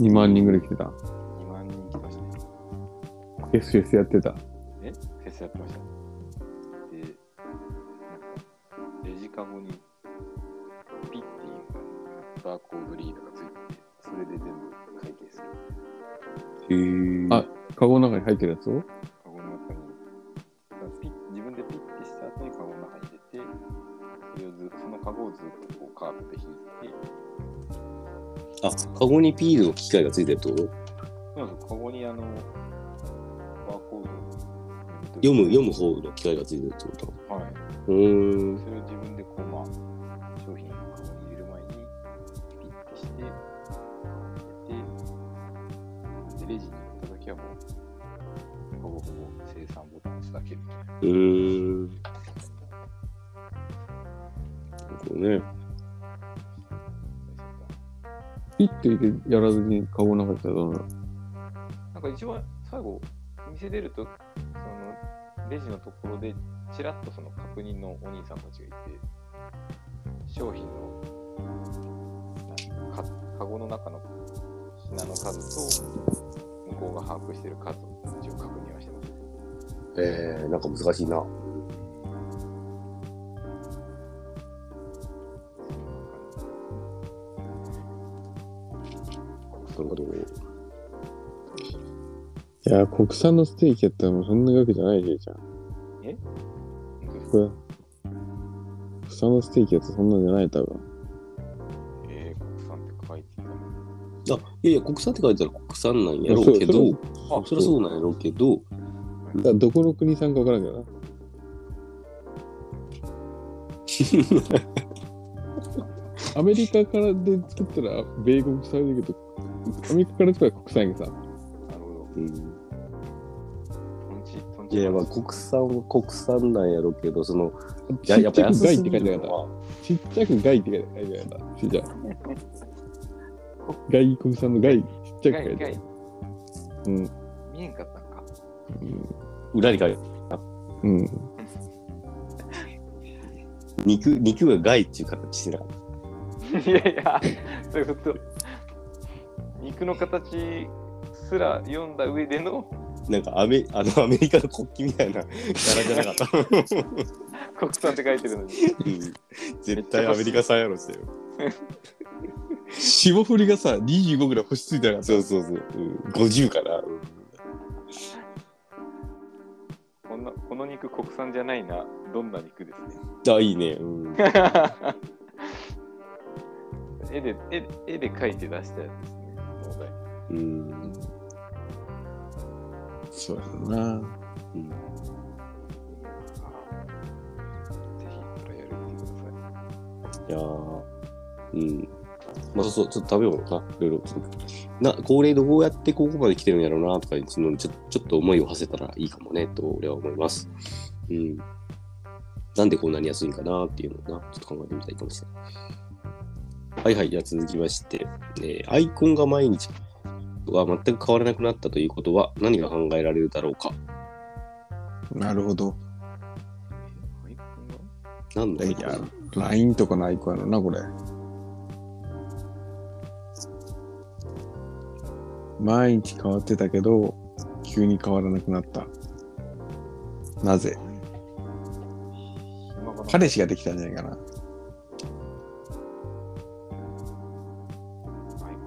2万人ぐらい来てた。
2万人来ましたね。
SS やってた。
えフェスやってました。で、なんか、レジカゴに、ピッていうバーコードリーダーがついてて、それで全部会計する。
な。へえ。
あカゴの中に入ってるやつを
カゴの中に、だからピッ自分でピッてした後にカゴの中に入れて、それをずっとそのカゴをずっとこうカートで引いて、
あ、カゴにピールの機械がついてるってこと
そうなんですよカゴにあの、バーコードを
読む、読
む
む方の機械がついてるってこと
とき。はい。
うーん。
それを自分でこう、まあ、商品をカゴに入れる前に、ピッてして、入れて、でレジに行ったときはもう、ほぼほぼ生産ボタンを押すだけみたいな。
うーん。なるほどね。
ピッて入れてやらずにカゴの中に入ってたらどうなる
なんか一番最後、店出ると、その、レジのところで、ちらっとその確認のお兄さんたちがいて、商品の、なんか、かカゴの中の品の数と、向校が把握している数を一応確認はしてます。
えー、なんか難しいな。なるほど。
いやー、国産のステーキやったらもうそんな額じゃないでじゃん。
え
これ、国産のステーキやったらそんなんじゃない、多分。
えー、国産って書いてたの
あいやいや、国産って書いたら国産なんやろうけど、
そう
そりゃそうなんやろうけど、
だからどこの国産かわからん けどな。アメリカからで作ったら米国産だけど、アメリカから作ったら国産やけどさ。
なるほど。
うん
トンチ、トン
い
チ。
やいや、まあ、国産は国産なんやろうけど、その、い
ち
や
っち
や
ゃ
っぱ
く
安
害っ
す
て
ぎ
書いて
る
なか
の
った。
は、
ちっちゃく害って書いてなかった。ちっちゃい。 外国産の害、ちっちゃく書いてあ
外
る。う
外
ん。
見えんかったんか。
裏に書いて
うん。
肉、肉が害っていう形してなかっ
いやいや、そういうこと。肉の形すら読んだ上での
た。なんかアメ、 あの、アメリカの国旗みたいな柄じゃなかった。
国産って書いてるのに。
うん絶対アメリカ産やろしてよ。
霜降りがさ、25ぐらい星ついてなかった。
そうそうそう。うん、50かな。
こんなこの肉国産じゃないな。どんな肉ですね。
あ、いいね。うん、
絵で絵絵で描いて出したやつですね。問題
うん
そうやな。
うん
ぜひトライアル行ってください。
いやーうん。まあそうそう、ちょっと食べようかな、いろいろ。な、高齢どうやってここまで来てるんやろうなとか、そのちょちょっと思いを馳せたらいいかもね、と俺は思います。うん。なんでこんなに安いんかなっていうのをな、ちょっと考えてみたいかもしれない。はいはい、じゃあ続きまして、えーアイコンが毎日は全く変わらなくなったということは何が考えられるだろうか。
なるほど。
アイコンは
何のアイコン
いや LINE とかのアイコンやろな、これ。毎日変わってたけど、急に変わらなくなった。なぜ
暇がない
彼氏ができたんじゃないかな。
アイ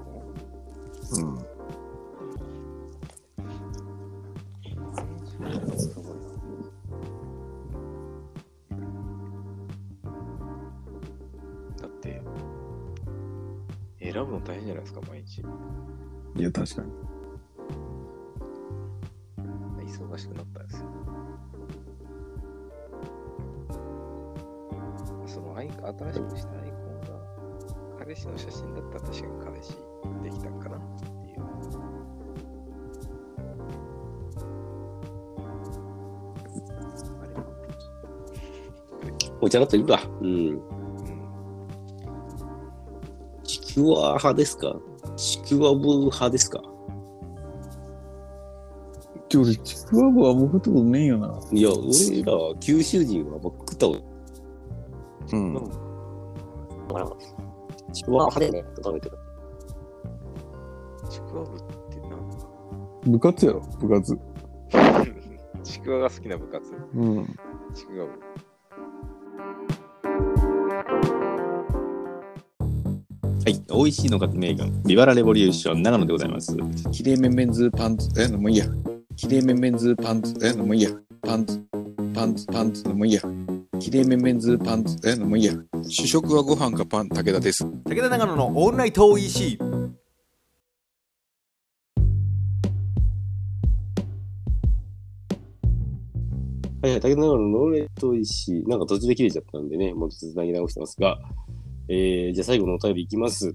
コ
うん。
ンすごいな。だって、選ぶの大変じゃないですか、毎日。
いや、確かに。
忙しくなったんですよ。そのアイコン新しくしたアイコンが彼氏の写真だったら確かに彼氏できたんかなっていう。あれ
お茶だといいか。うん。
うん。
ちくわ派ですかちくわぶ派ですか
ちょ、俺、ちくわぶはもうほとんどねえよな。
いや、俺らは九州人は僕食ったこ
うん。
とちくわ派だよね、食べてる。
ちくわぶって何
部活やろ、部活。
ちくわが好きな部活。
うん。
ちくわぶ。
はい、美味しいの革命軍、ビバラレボリューション、長野でございます。
きれいめんめんずーパンツ、え、のもいいや。きれいめんめんずーパンツ、え、のもいいや。パンツ、パンツ、パンツ、のもいいや。きれいめんめんずーパンツ、え、のもいいや。主食はご飯かパン、武田です。
武田長野のオールナイト OEC
はいはい、竹田長野のノーレット石、なんか途中で切れちゃったんでね、もうちょっとつなぎ直してますが、えー、じゃあ最後のお便りいきます、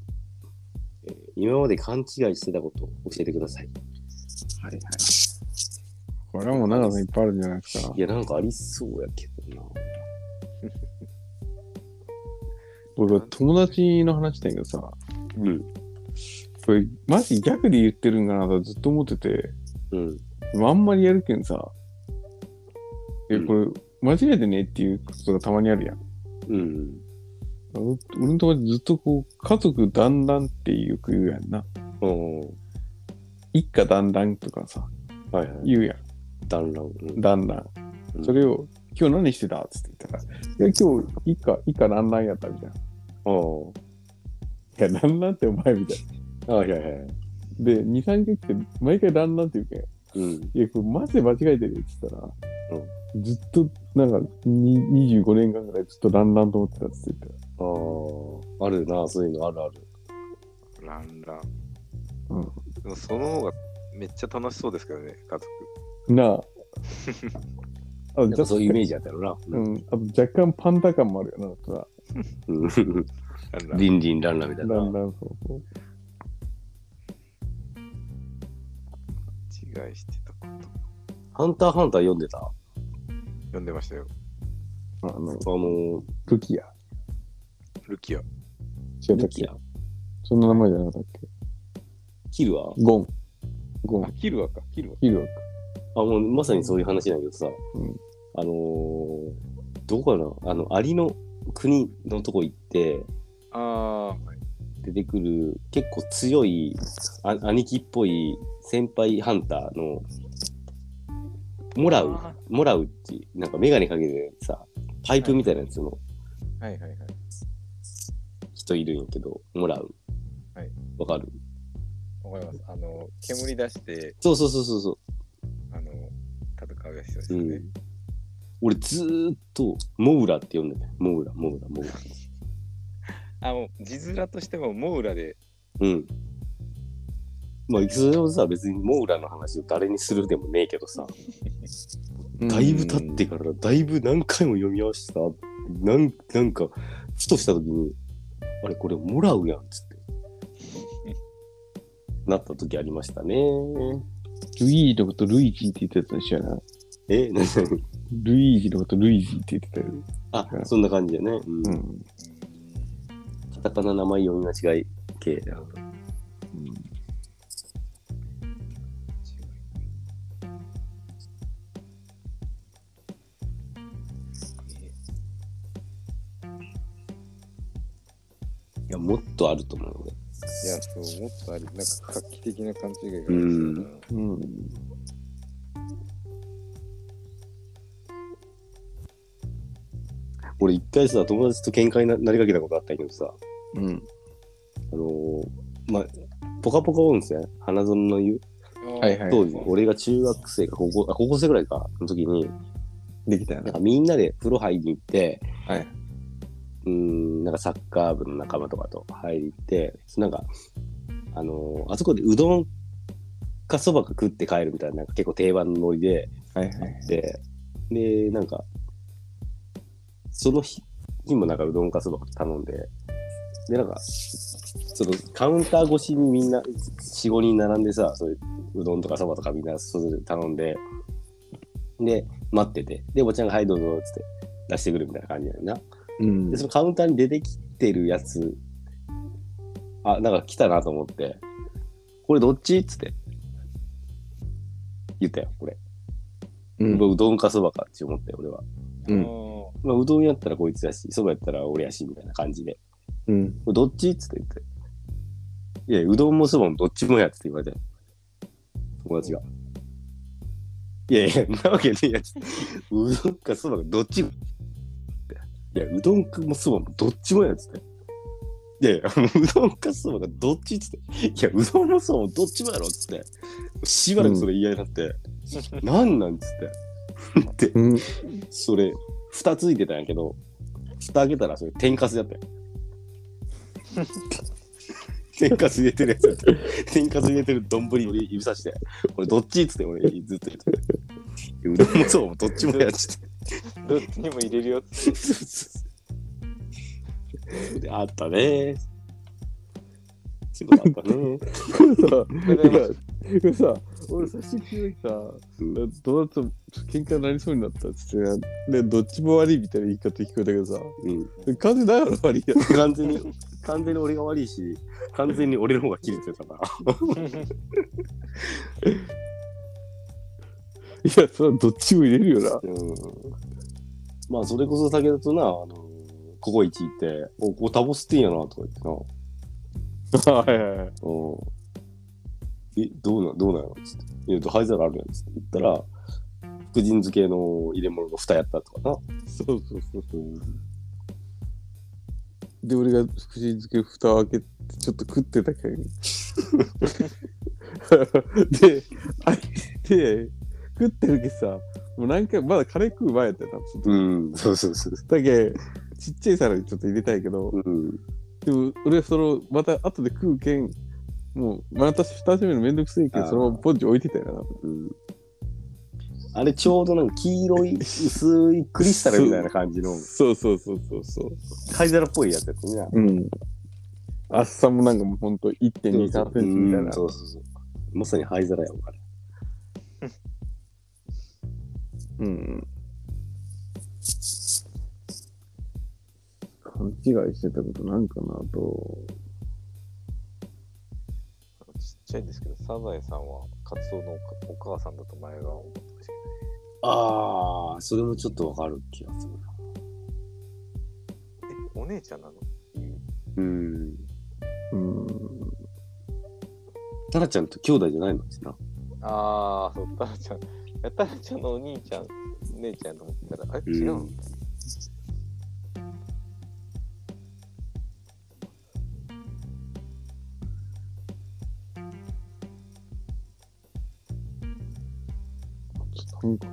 えー今まで勘違いしてたことを教えてください。
はいはい。これはもう長野いっぱいあるんじゃないですか
い。や、なんかありそうやけどな。
俺は友達の話だけどさ、
うん。
これ、マジ逆で言ってるんかなとずっと思ってて、
うん。
でもあんまりやるけんさ、え、
うん
これ、間違えてねっていうことがたまにあるやん。
うん。
あの俺の友達ずっとこう、家族団らんってよく言うやんな。
おー
一家団らんとかさ、
はいはい。
言うやん。
団らん。うん
団らん。それを、今日何してたっつって言ったら、いや、今日、一家、一家団らんやったみたいな。いや、団らんってお前みたいな。
ああ、はいはいはい。
で、2、3回来て、毎回団らんって言うけん。
うん。
いや、これマジで間違えてるよって言ったら、ずっと、なんか、に25年間ぐらいずっとランランと思ってたって言って
ああ、あるな、そういうのあるある。
ランラン。
うん
でもその方がめっちゃ楽しそうですけどね、家族。
た。なあ。あと
なんか
若
そういうイメージやったよな。
うん、あと若干パンダ感もあるよな、だったら。
うん。
ランラン
リンリンランランみたい
ラン
な。
ランそうそう。
違いしてたこと。
ハンターハンター読んでたあ
読んでましたよ。
あの、
の、
ルキア。
ルキア。
違った
ル
っ
キ
け
ア。
そんな名前じゃなかったっけ
キルア
ゴン。ゴ
あ
ン。、
キルアか、キルア。
ヒルア
あ、もうまさにそういう話なんだけどさ、
うん
あのーどこかなあの、アリの国のとこ行って、
ああ、は
出てくる結構強いあ兄貴っぽい先輩ハンターのモラウモラウっていうなんか眼鏡かけてさパイプみたいなやつの
いはいはい。
人いるんやけどモラウ
はい
わかる
わかります。あの、煙出して、
そうそうそうそうそ
あの、戦うやつです
う、
よ
う
ね
ん。、俺ずーっとモウラって呼んでたよモウラモウラモウラ
あ、もう、字面としても、モウラで、
うんまあそれをさ別にモウラの話を誰にするでもねえけどさ
カ。
だいぶ経ってから、だいぶ何回も読み合わせた。なんなんか、ふとした時に、あれ、これもらうやん、つ って。なった時ありましたね。
ルイージのことルイージって言ってたでしょやな。
えなに
ルイージのことルイージって言ってたよ。
あ、そんな感じでね。うん
うん。
カタカナ名前読み間違い系。いや、もっとあると思うね。
いや、そう、もっとあり、なんか画期的な勘違いがある
うん
うん。
俺一回さ、友達と喧嘩にななりかけたことあったんやけどさ、
うん。
あのーまあ、ポカポカ温泉、花園の湯
はいはい。
当時、俺が中学生か高校、あ高校生ぐらいか、の時に、
できたよ
なん
な
か。みんなで風呂入りに行って、
はいう
ーん、なんかサッカー部の仲間とかと入りに行って、なんか、あのーあそこでうどんかそばか食って帰るみたいな、なんか結構定番のノリで、
はいはい。
で、で、なんか、その日日もなんかうどんかそば頼んで、で、なんか、そのカウンター越しにみんな、4、5人並んでさ、そういううどんとかそばとかみんなそれぞれ頼んで、で、待ってて、で、おばちゃんが、はい、どうぞ、つって出してくるみたいな感じだよな。
うん
で、。そのカウンターに出てきてるやつ、あ、なんか来たなと思って、これどっちっつって、言ったよ、これ。
うん
まあうどんかそばかって思ったよ、俺は。
うん
まあ、うどんやったらこいつやし、そばやったら俺やし、みたいな感じで。
うん。
これどっちっつって言って。いや、うどんもそばもどっちもやっつって言われて。友達が。いやいや、なわけねえやつ。うどんかそばかどっちも。いや、うどんかもそばもどっちもやっつって。いやいや、うどんかそばがどっちっつって。いや、うどんもそばもどっちもやろっつって。しばらくそれ言い合いになって、なんなんっつって。で、
うん。
それ、蓋ついてたんやけど、蓋開けたらそれ天かすやったよ。天かす入れてるやつやった。天かす入れてる丼を指さして、俺どっちっつって俺ずっと言って。うどんもそうもどっちもやっつって。
どっちにも入れるよって。
そうそうそうであったね。仕事あったね。
さ、いやさ、俺さ、知ってる時さ、どうなった喧嘩になりそうになったっつって、で、どっちも悪いみたいな言い方聞こえたけどさ、
うん、
完全だから悪いや
完全に、完全に俺が悪いし、完全に俺の方が切れてたな。
つ。いや、それはどっちも入れるよ
うんまあそれこそ先ほどとな、あのココイチ行って、おここタボスってんやなとか言ってな。
な。はいはいはい。
うんえ、どうな、どうなのつって。いや、灰皿あるやん。つって言ったら、福神漬けの入れ物が蓋やったとかな。
そうそうそうそう。で、俺が福神漬け蓋を開けて、ちょっと食ってたから。 で、開けて、食ってるけどさ、もう何回、まだカレー食う前やったよ、多分その時
うん、 そうそうそう。
だけ、ちっちゃい皿にちょっと入れたいけど、
うん。
でも俺その、また後で食うけん、もう、また蓋閉めるのめんどくせえけ
あ
ど、
ー
そのままポンチ置いてたよな多分。
うんあれ、ちょうどなんか黄色い、薄いクリスタルみたいな感じの、
そうそうそうそうそう。
灰皿っぽいやつやつね。
うん。厚さもなんかもうほんと1.2、3センチみたい
うん
な。
そうそうそう。まさに灰皿やもん、あれ。
うん。勘違いしてたことなんかなと。
ちっちゃいんですけど、サザエさんはカツオのおお母さんだと前が思ってました
ああ、それもちょっとわかる気がするな。
けど、え、お姉ちゃんなの
うん。
うん。
タラちゃんと兄弟じゃないのってな。
ああ、そう、タラちゃん。いやタラちゃんのお兄ちゃん、姉ちゃんと思ってたら、あれ違うの、
うん
なんか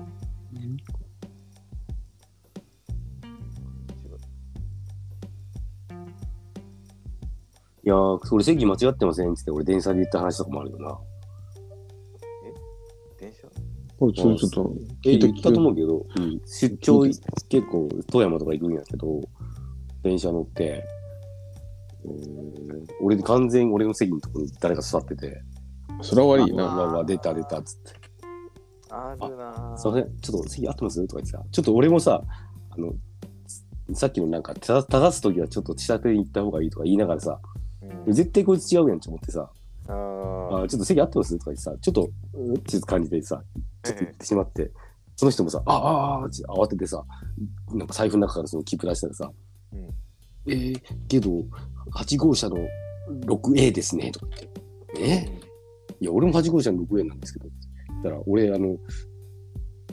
いやー、俺席間違ってませんってって、俺電車で行った話とかもあるよな。
電車
これちょっと、
え、
聞いた
行ったと思うけど、出張い結構富山とか行くんやけど、電車乗って、えー、俺完全に俺の席のところに誰か座ってて、
それは悪い
あ
な。
うわうわ、出た出たっつって。
あるな
すいません、ちょっと席合ってますとか言ってさ、ちょっと俺もさ、あの、さっきのなんか、た正すときはちょっと地下に行った方がいいとか言いながらさ、
うん
絶対こいつ違うやんって思ってさ、あち
あ
ょっと席合ってますとか言ってさ、ちょっと、うんっていう感じでさ、ちょっと
ー
行ってしまって、その人もさ、ああああって慌ててさ、なんか財布の中からその切符出したらさ、
うん
えー、けど、8号車の 6A ですね、とか言って、えいや、俺も8号車の6円なんですけど、だから俺、あの、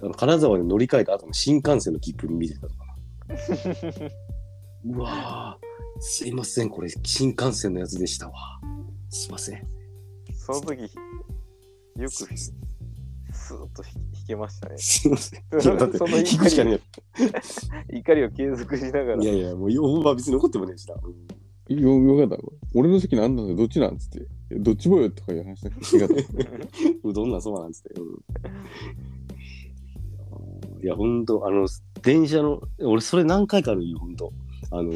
あの金沢で乗り換えた後の新幹線の切符見てたとかな。 うわぁ、すいません、これ新幹線のやつでしたわ。すいません。
その時、よく、スーッと引引けましたね。
すいま せん。い
そ
や
の
だって、
怒
引くしか
り
ね
怒りを継続しながら
え。い、やいや、もう、ほんま別に残ってもねえしな。うん
よ、よかった。俺の席なんだどっちなんつって。いやどっちもよとかいう話だけど違った。
うどんなんそばなんつって。うん、いや、ほんと、あの、電車の、俺、それ何回かあるよ、ほんと。あ の、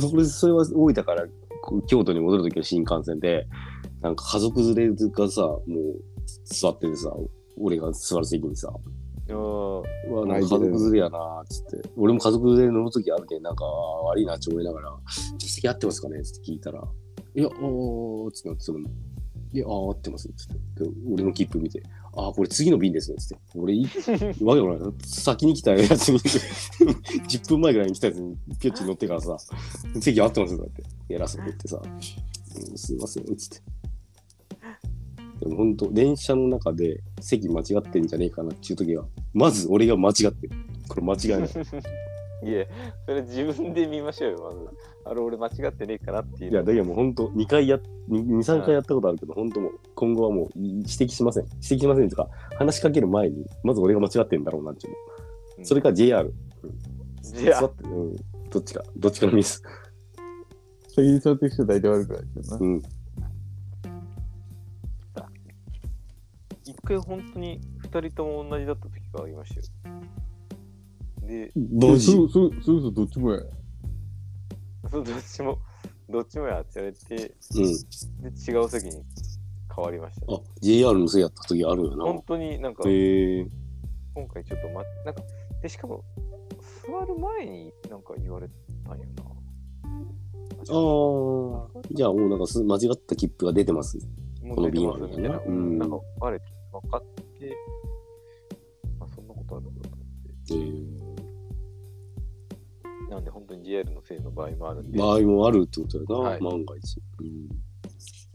それそれは大分からこう京都に戻るときの新幹線で、なんか家族連れがさ、もう座っててさ、俺が座る席にさ、
うん
うわ、なんか家族連れやな、つって。俺も家族連れ乗るときあるけん、なんか、あー悪いなって思いながら、助手席合ってますかねつって聞いたら、いや、あー、つってなって、その、いや、あー、合ってます、つって。で俺の切符見て、あー、これ次の便ですね、つって。俺、いわけもない。先に来たやつに、10分前ぐらいに来たやつに、ピョッチ乗ってからさ、席合ってますよ、だって。偉そうに言ってさ、うんすいません、つって。でも本当電車の中で席間違ってんじゃねえかなっていう時はまず俺が間違ってる。これ間違いない。
いや、それ自分で見ましょうよ、まず。あれ、俺間違ってねえかなってい う。
いや、だけどもう本当、2回やっ、2、3回やったことあるけど、本当もう、今後はもう指摘しません。指摘しませんとか、話しかける前に、まず俺が間違ってんだろうなっていう
うん
それか JR。
いや
座ってうん。どっちか、どっちかのミス。
先に座ってる人大体悪くないけどな。
うん。
一回本当に二人とも同じだった時がありましたよ。で、
同時
そうそうそうそうどっちもや。
そうどっちも、どっちもやってやれて、で
うん。
違う席に変わりました、
あ、
ね。
JR のせいやった時あるよ
本
な。
当になんか、
へえ
今回ちょっと、ま、なんか、で、しかも、座る前になんか言われたんよな。
ああ。じゃあもうなんかす間違った切符が出てます。
もう出てますみたいな。
この
う
瓶はね
ん、なんか、あれ、分かって、まあ、そんなことあるんだと思っ
えー、
て。なんで、本当に JR のせいの場合もあるんで。
場合もあるってことやな、
はい
万が一。うん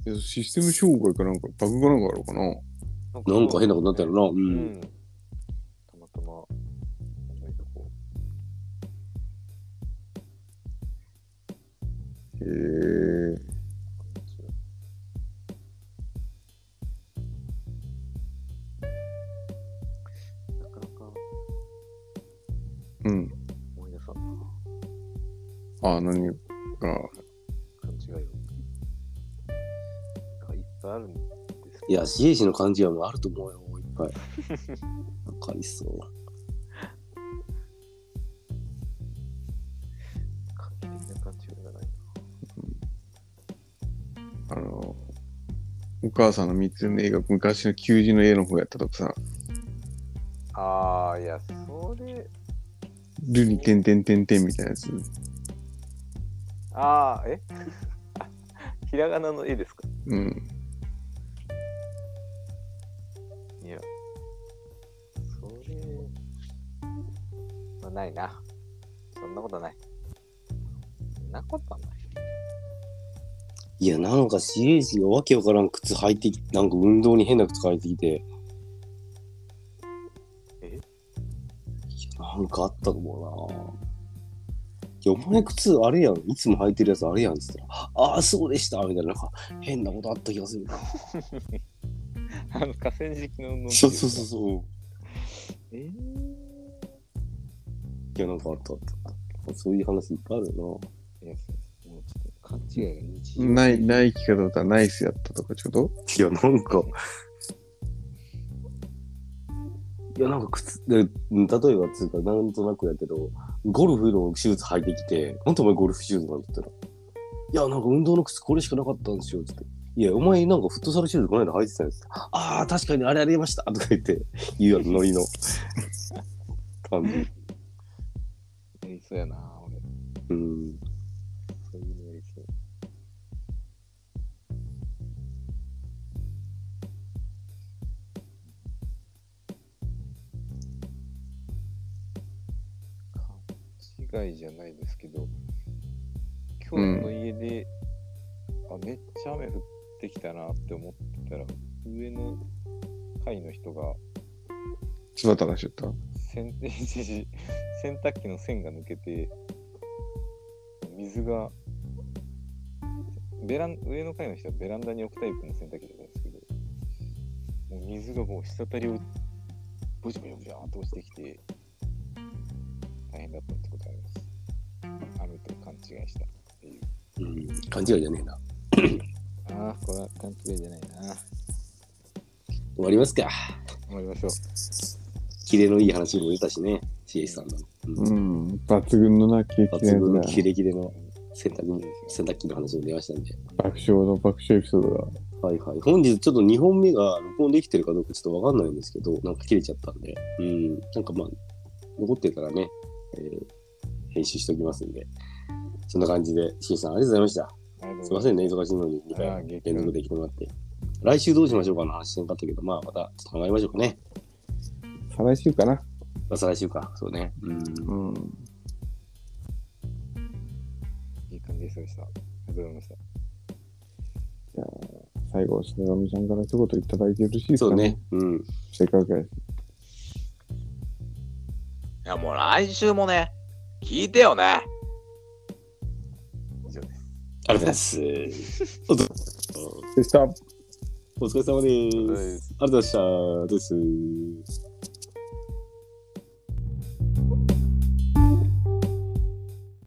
いやシステム障害かなんか、バグかなんかあるかな。
なんか変なことになったよな。う。
うんん。たまたま、同じとこ。
へえ。
なかなか
うん。
思い出さんな
あ、何か。
勘違いを。なんかいっぱいあるんですけど。
いや、CA 氏の感じはもうあると思うよ、いっぱい。わかりそう。
完璧な勘違いがない。
あの、お母さんの三つ目の映画、昔の求人の絵の方やったとかさ、
ああ、いや、それ、
ルに点点点点みたいなやつ。
ああ、え ひらがなの絵ですか
うん。
いや、それ、まあ、ないな。そんなことない。そんなことはない。
いや、なんか CA 氏がわけわからん靴履いてきなんか運動に変な靴履いてきて。
え
なんかあったかもな。いや、お前靴あれやん。いつも履いてるやつあれやんっつったら、ああ、そうでしたみたいな、なんか変なことあった気がするな。
あの、河川敷の運 動
そうそうそうそう。
えー、
いや、なんかあったあった。そういう話いっぱいあるよ
いや、そうもうちょっと勘違いが日常
ない、ない着方だったらナイスやったとかちょうど
な。いや、なんか。いや、なんか靴、でうん例えばつうか、なんとなくやけど、ゴルフのシューズ履いてきて、なんでお前ゴルフシューズなんだったら。いや、なんか運動の靴これしかなかったんですよ、つって。いや、お前なんかフットサルシューズこの間履いてたんです。ああ、確かにあれありましたとか言って、言うやろ、ノリの。感じ。
やりそうやな、俺。
うん。
そういうのやりそう。勘違いじゃないですけど、今日の家で、あ、めっちゃ雨降ってきたなって思ってたら、上の階の人が、
翼出しちゃった。
洗一時洗濯機の線が抜けて水がベラン上の階の人はベランダに置くタイプの洗濯機だったんですけどもう水がもう滴りをボジボジボジャーっと落ちてきて大変だったってことがあります雨と勘違いしたっていう
うん、勘違いじゃねえな。
ああこれは勘違いじゃないな
終わりますか。
終わりましょう
キレのいい話も出たしね、CH さんの。うん
うん。抜群のな、景気な
抜群の
やつ
キ
だ。
レキレの洗濯も洗濯機の話も出ましたんで。
爆笑の爆笑エピソードが。
はいはい。本日ちょっと2本目が録音できてるかどうかちょっとわかんないんですけど、なんか切れちゃったんで、うん、なんかまあ、残ってたらね、えー編集しておきますんで、そんな感じで、CH さんありがとうございました。
ありがとうございます
いませんね、忙しいのに2
ああ
回
激
連続で来てもらって。来週どうしましょうかの話してなかったけど、まあまたちょっと考えましょうかね。
再来週かな。
まあ、再来週か。そうね。うん。
うん。
いい感じでしたありがとうございました
最後、坂上さんから一言いただいてよろしいです
そ
か
う
ね。
ね。うん。
せっかくやし。
いや、もう来週もね、聞いてよね。
ありがとうございます。お疲れ
でした。
お疲れ様です。ありがとうございました。です。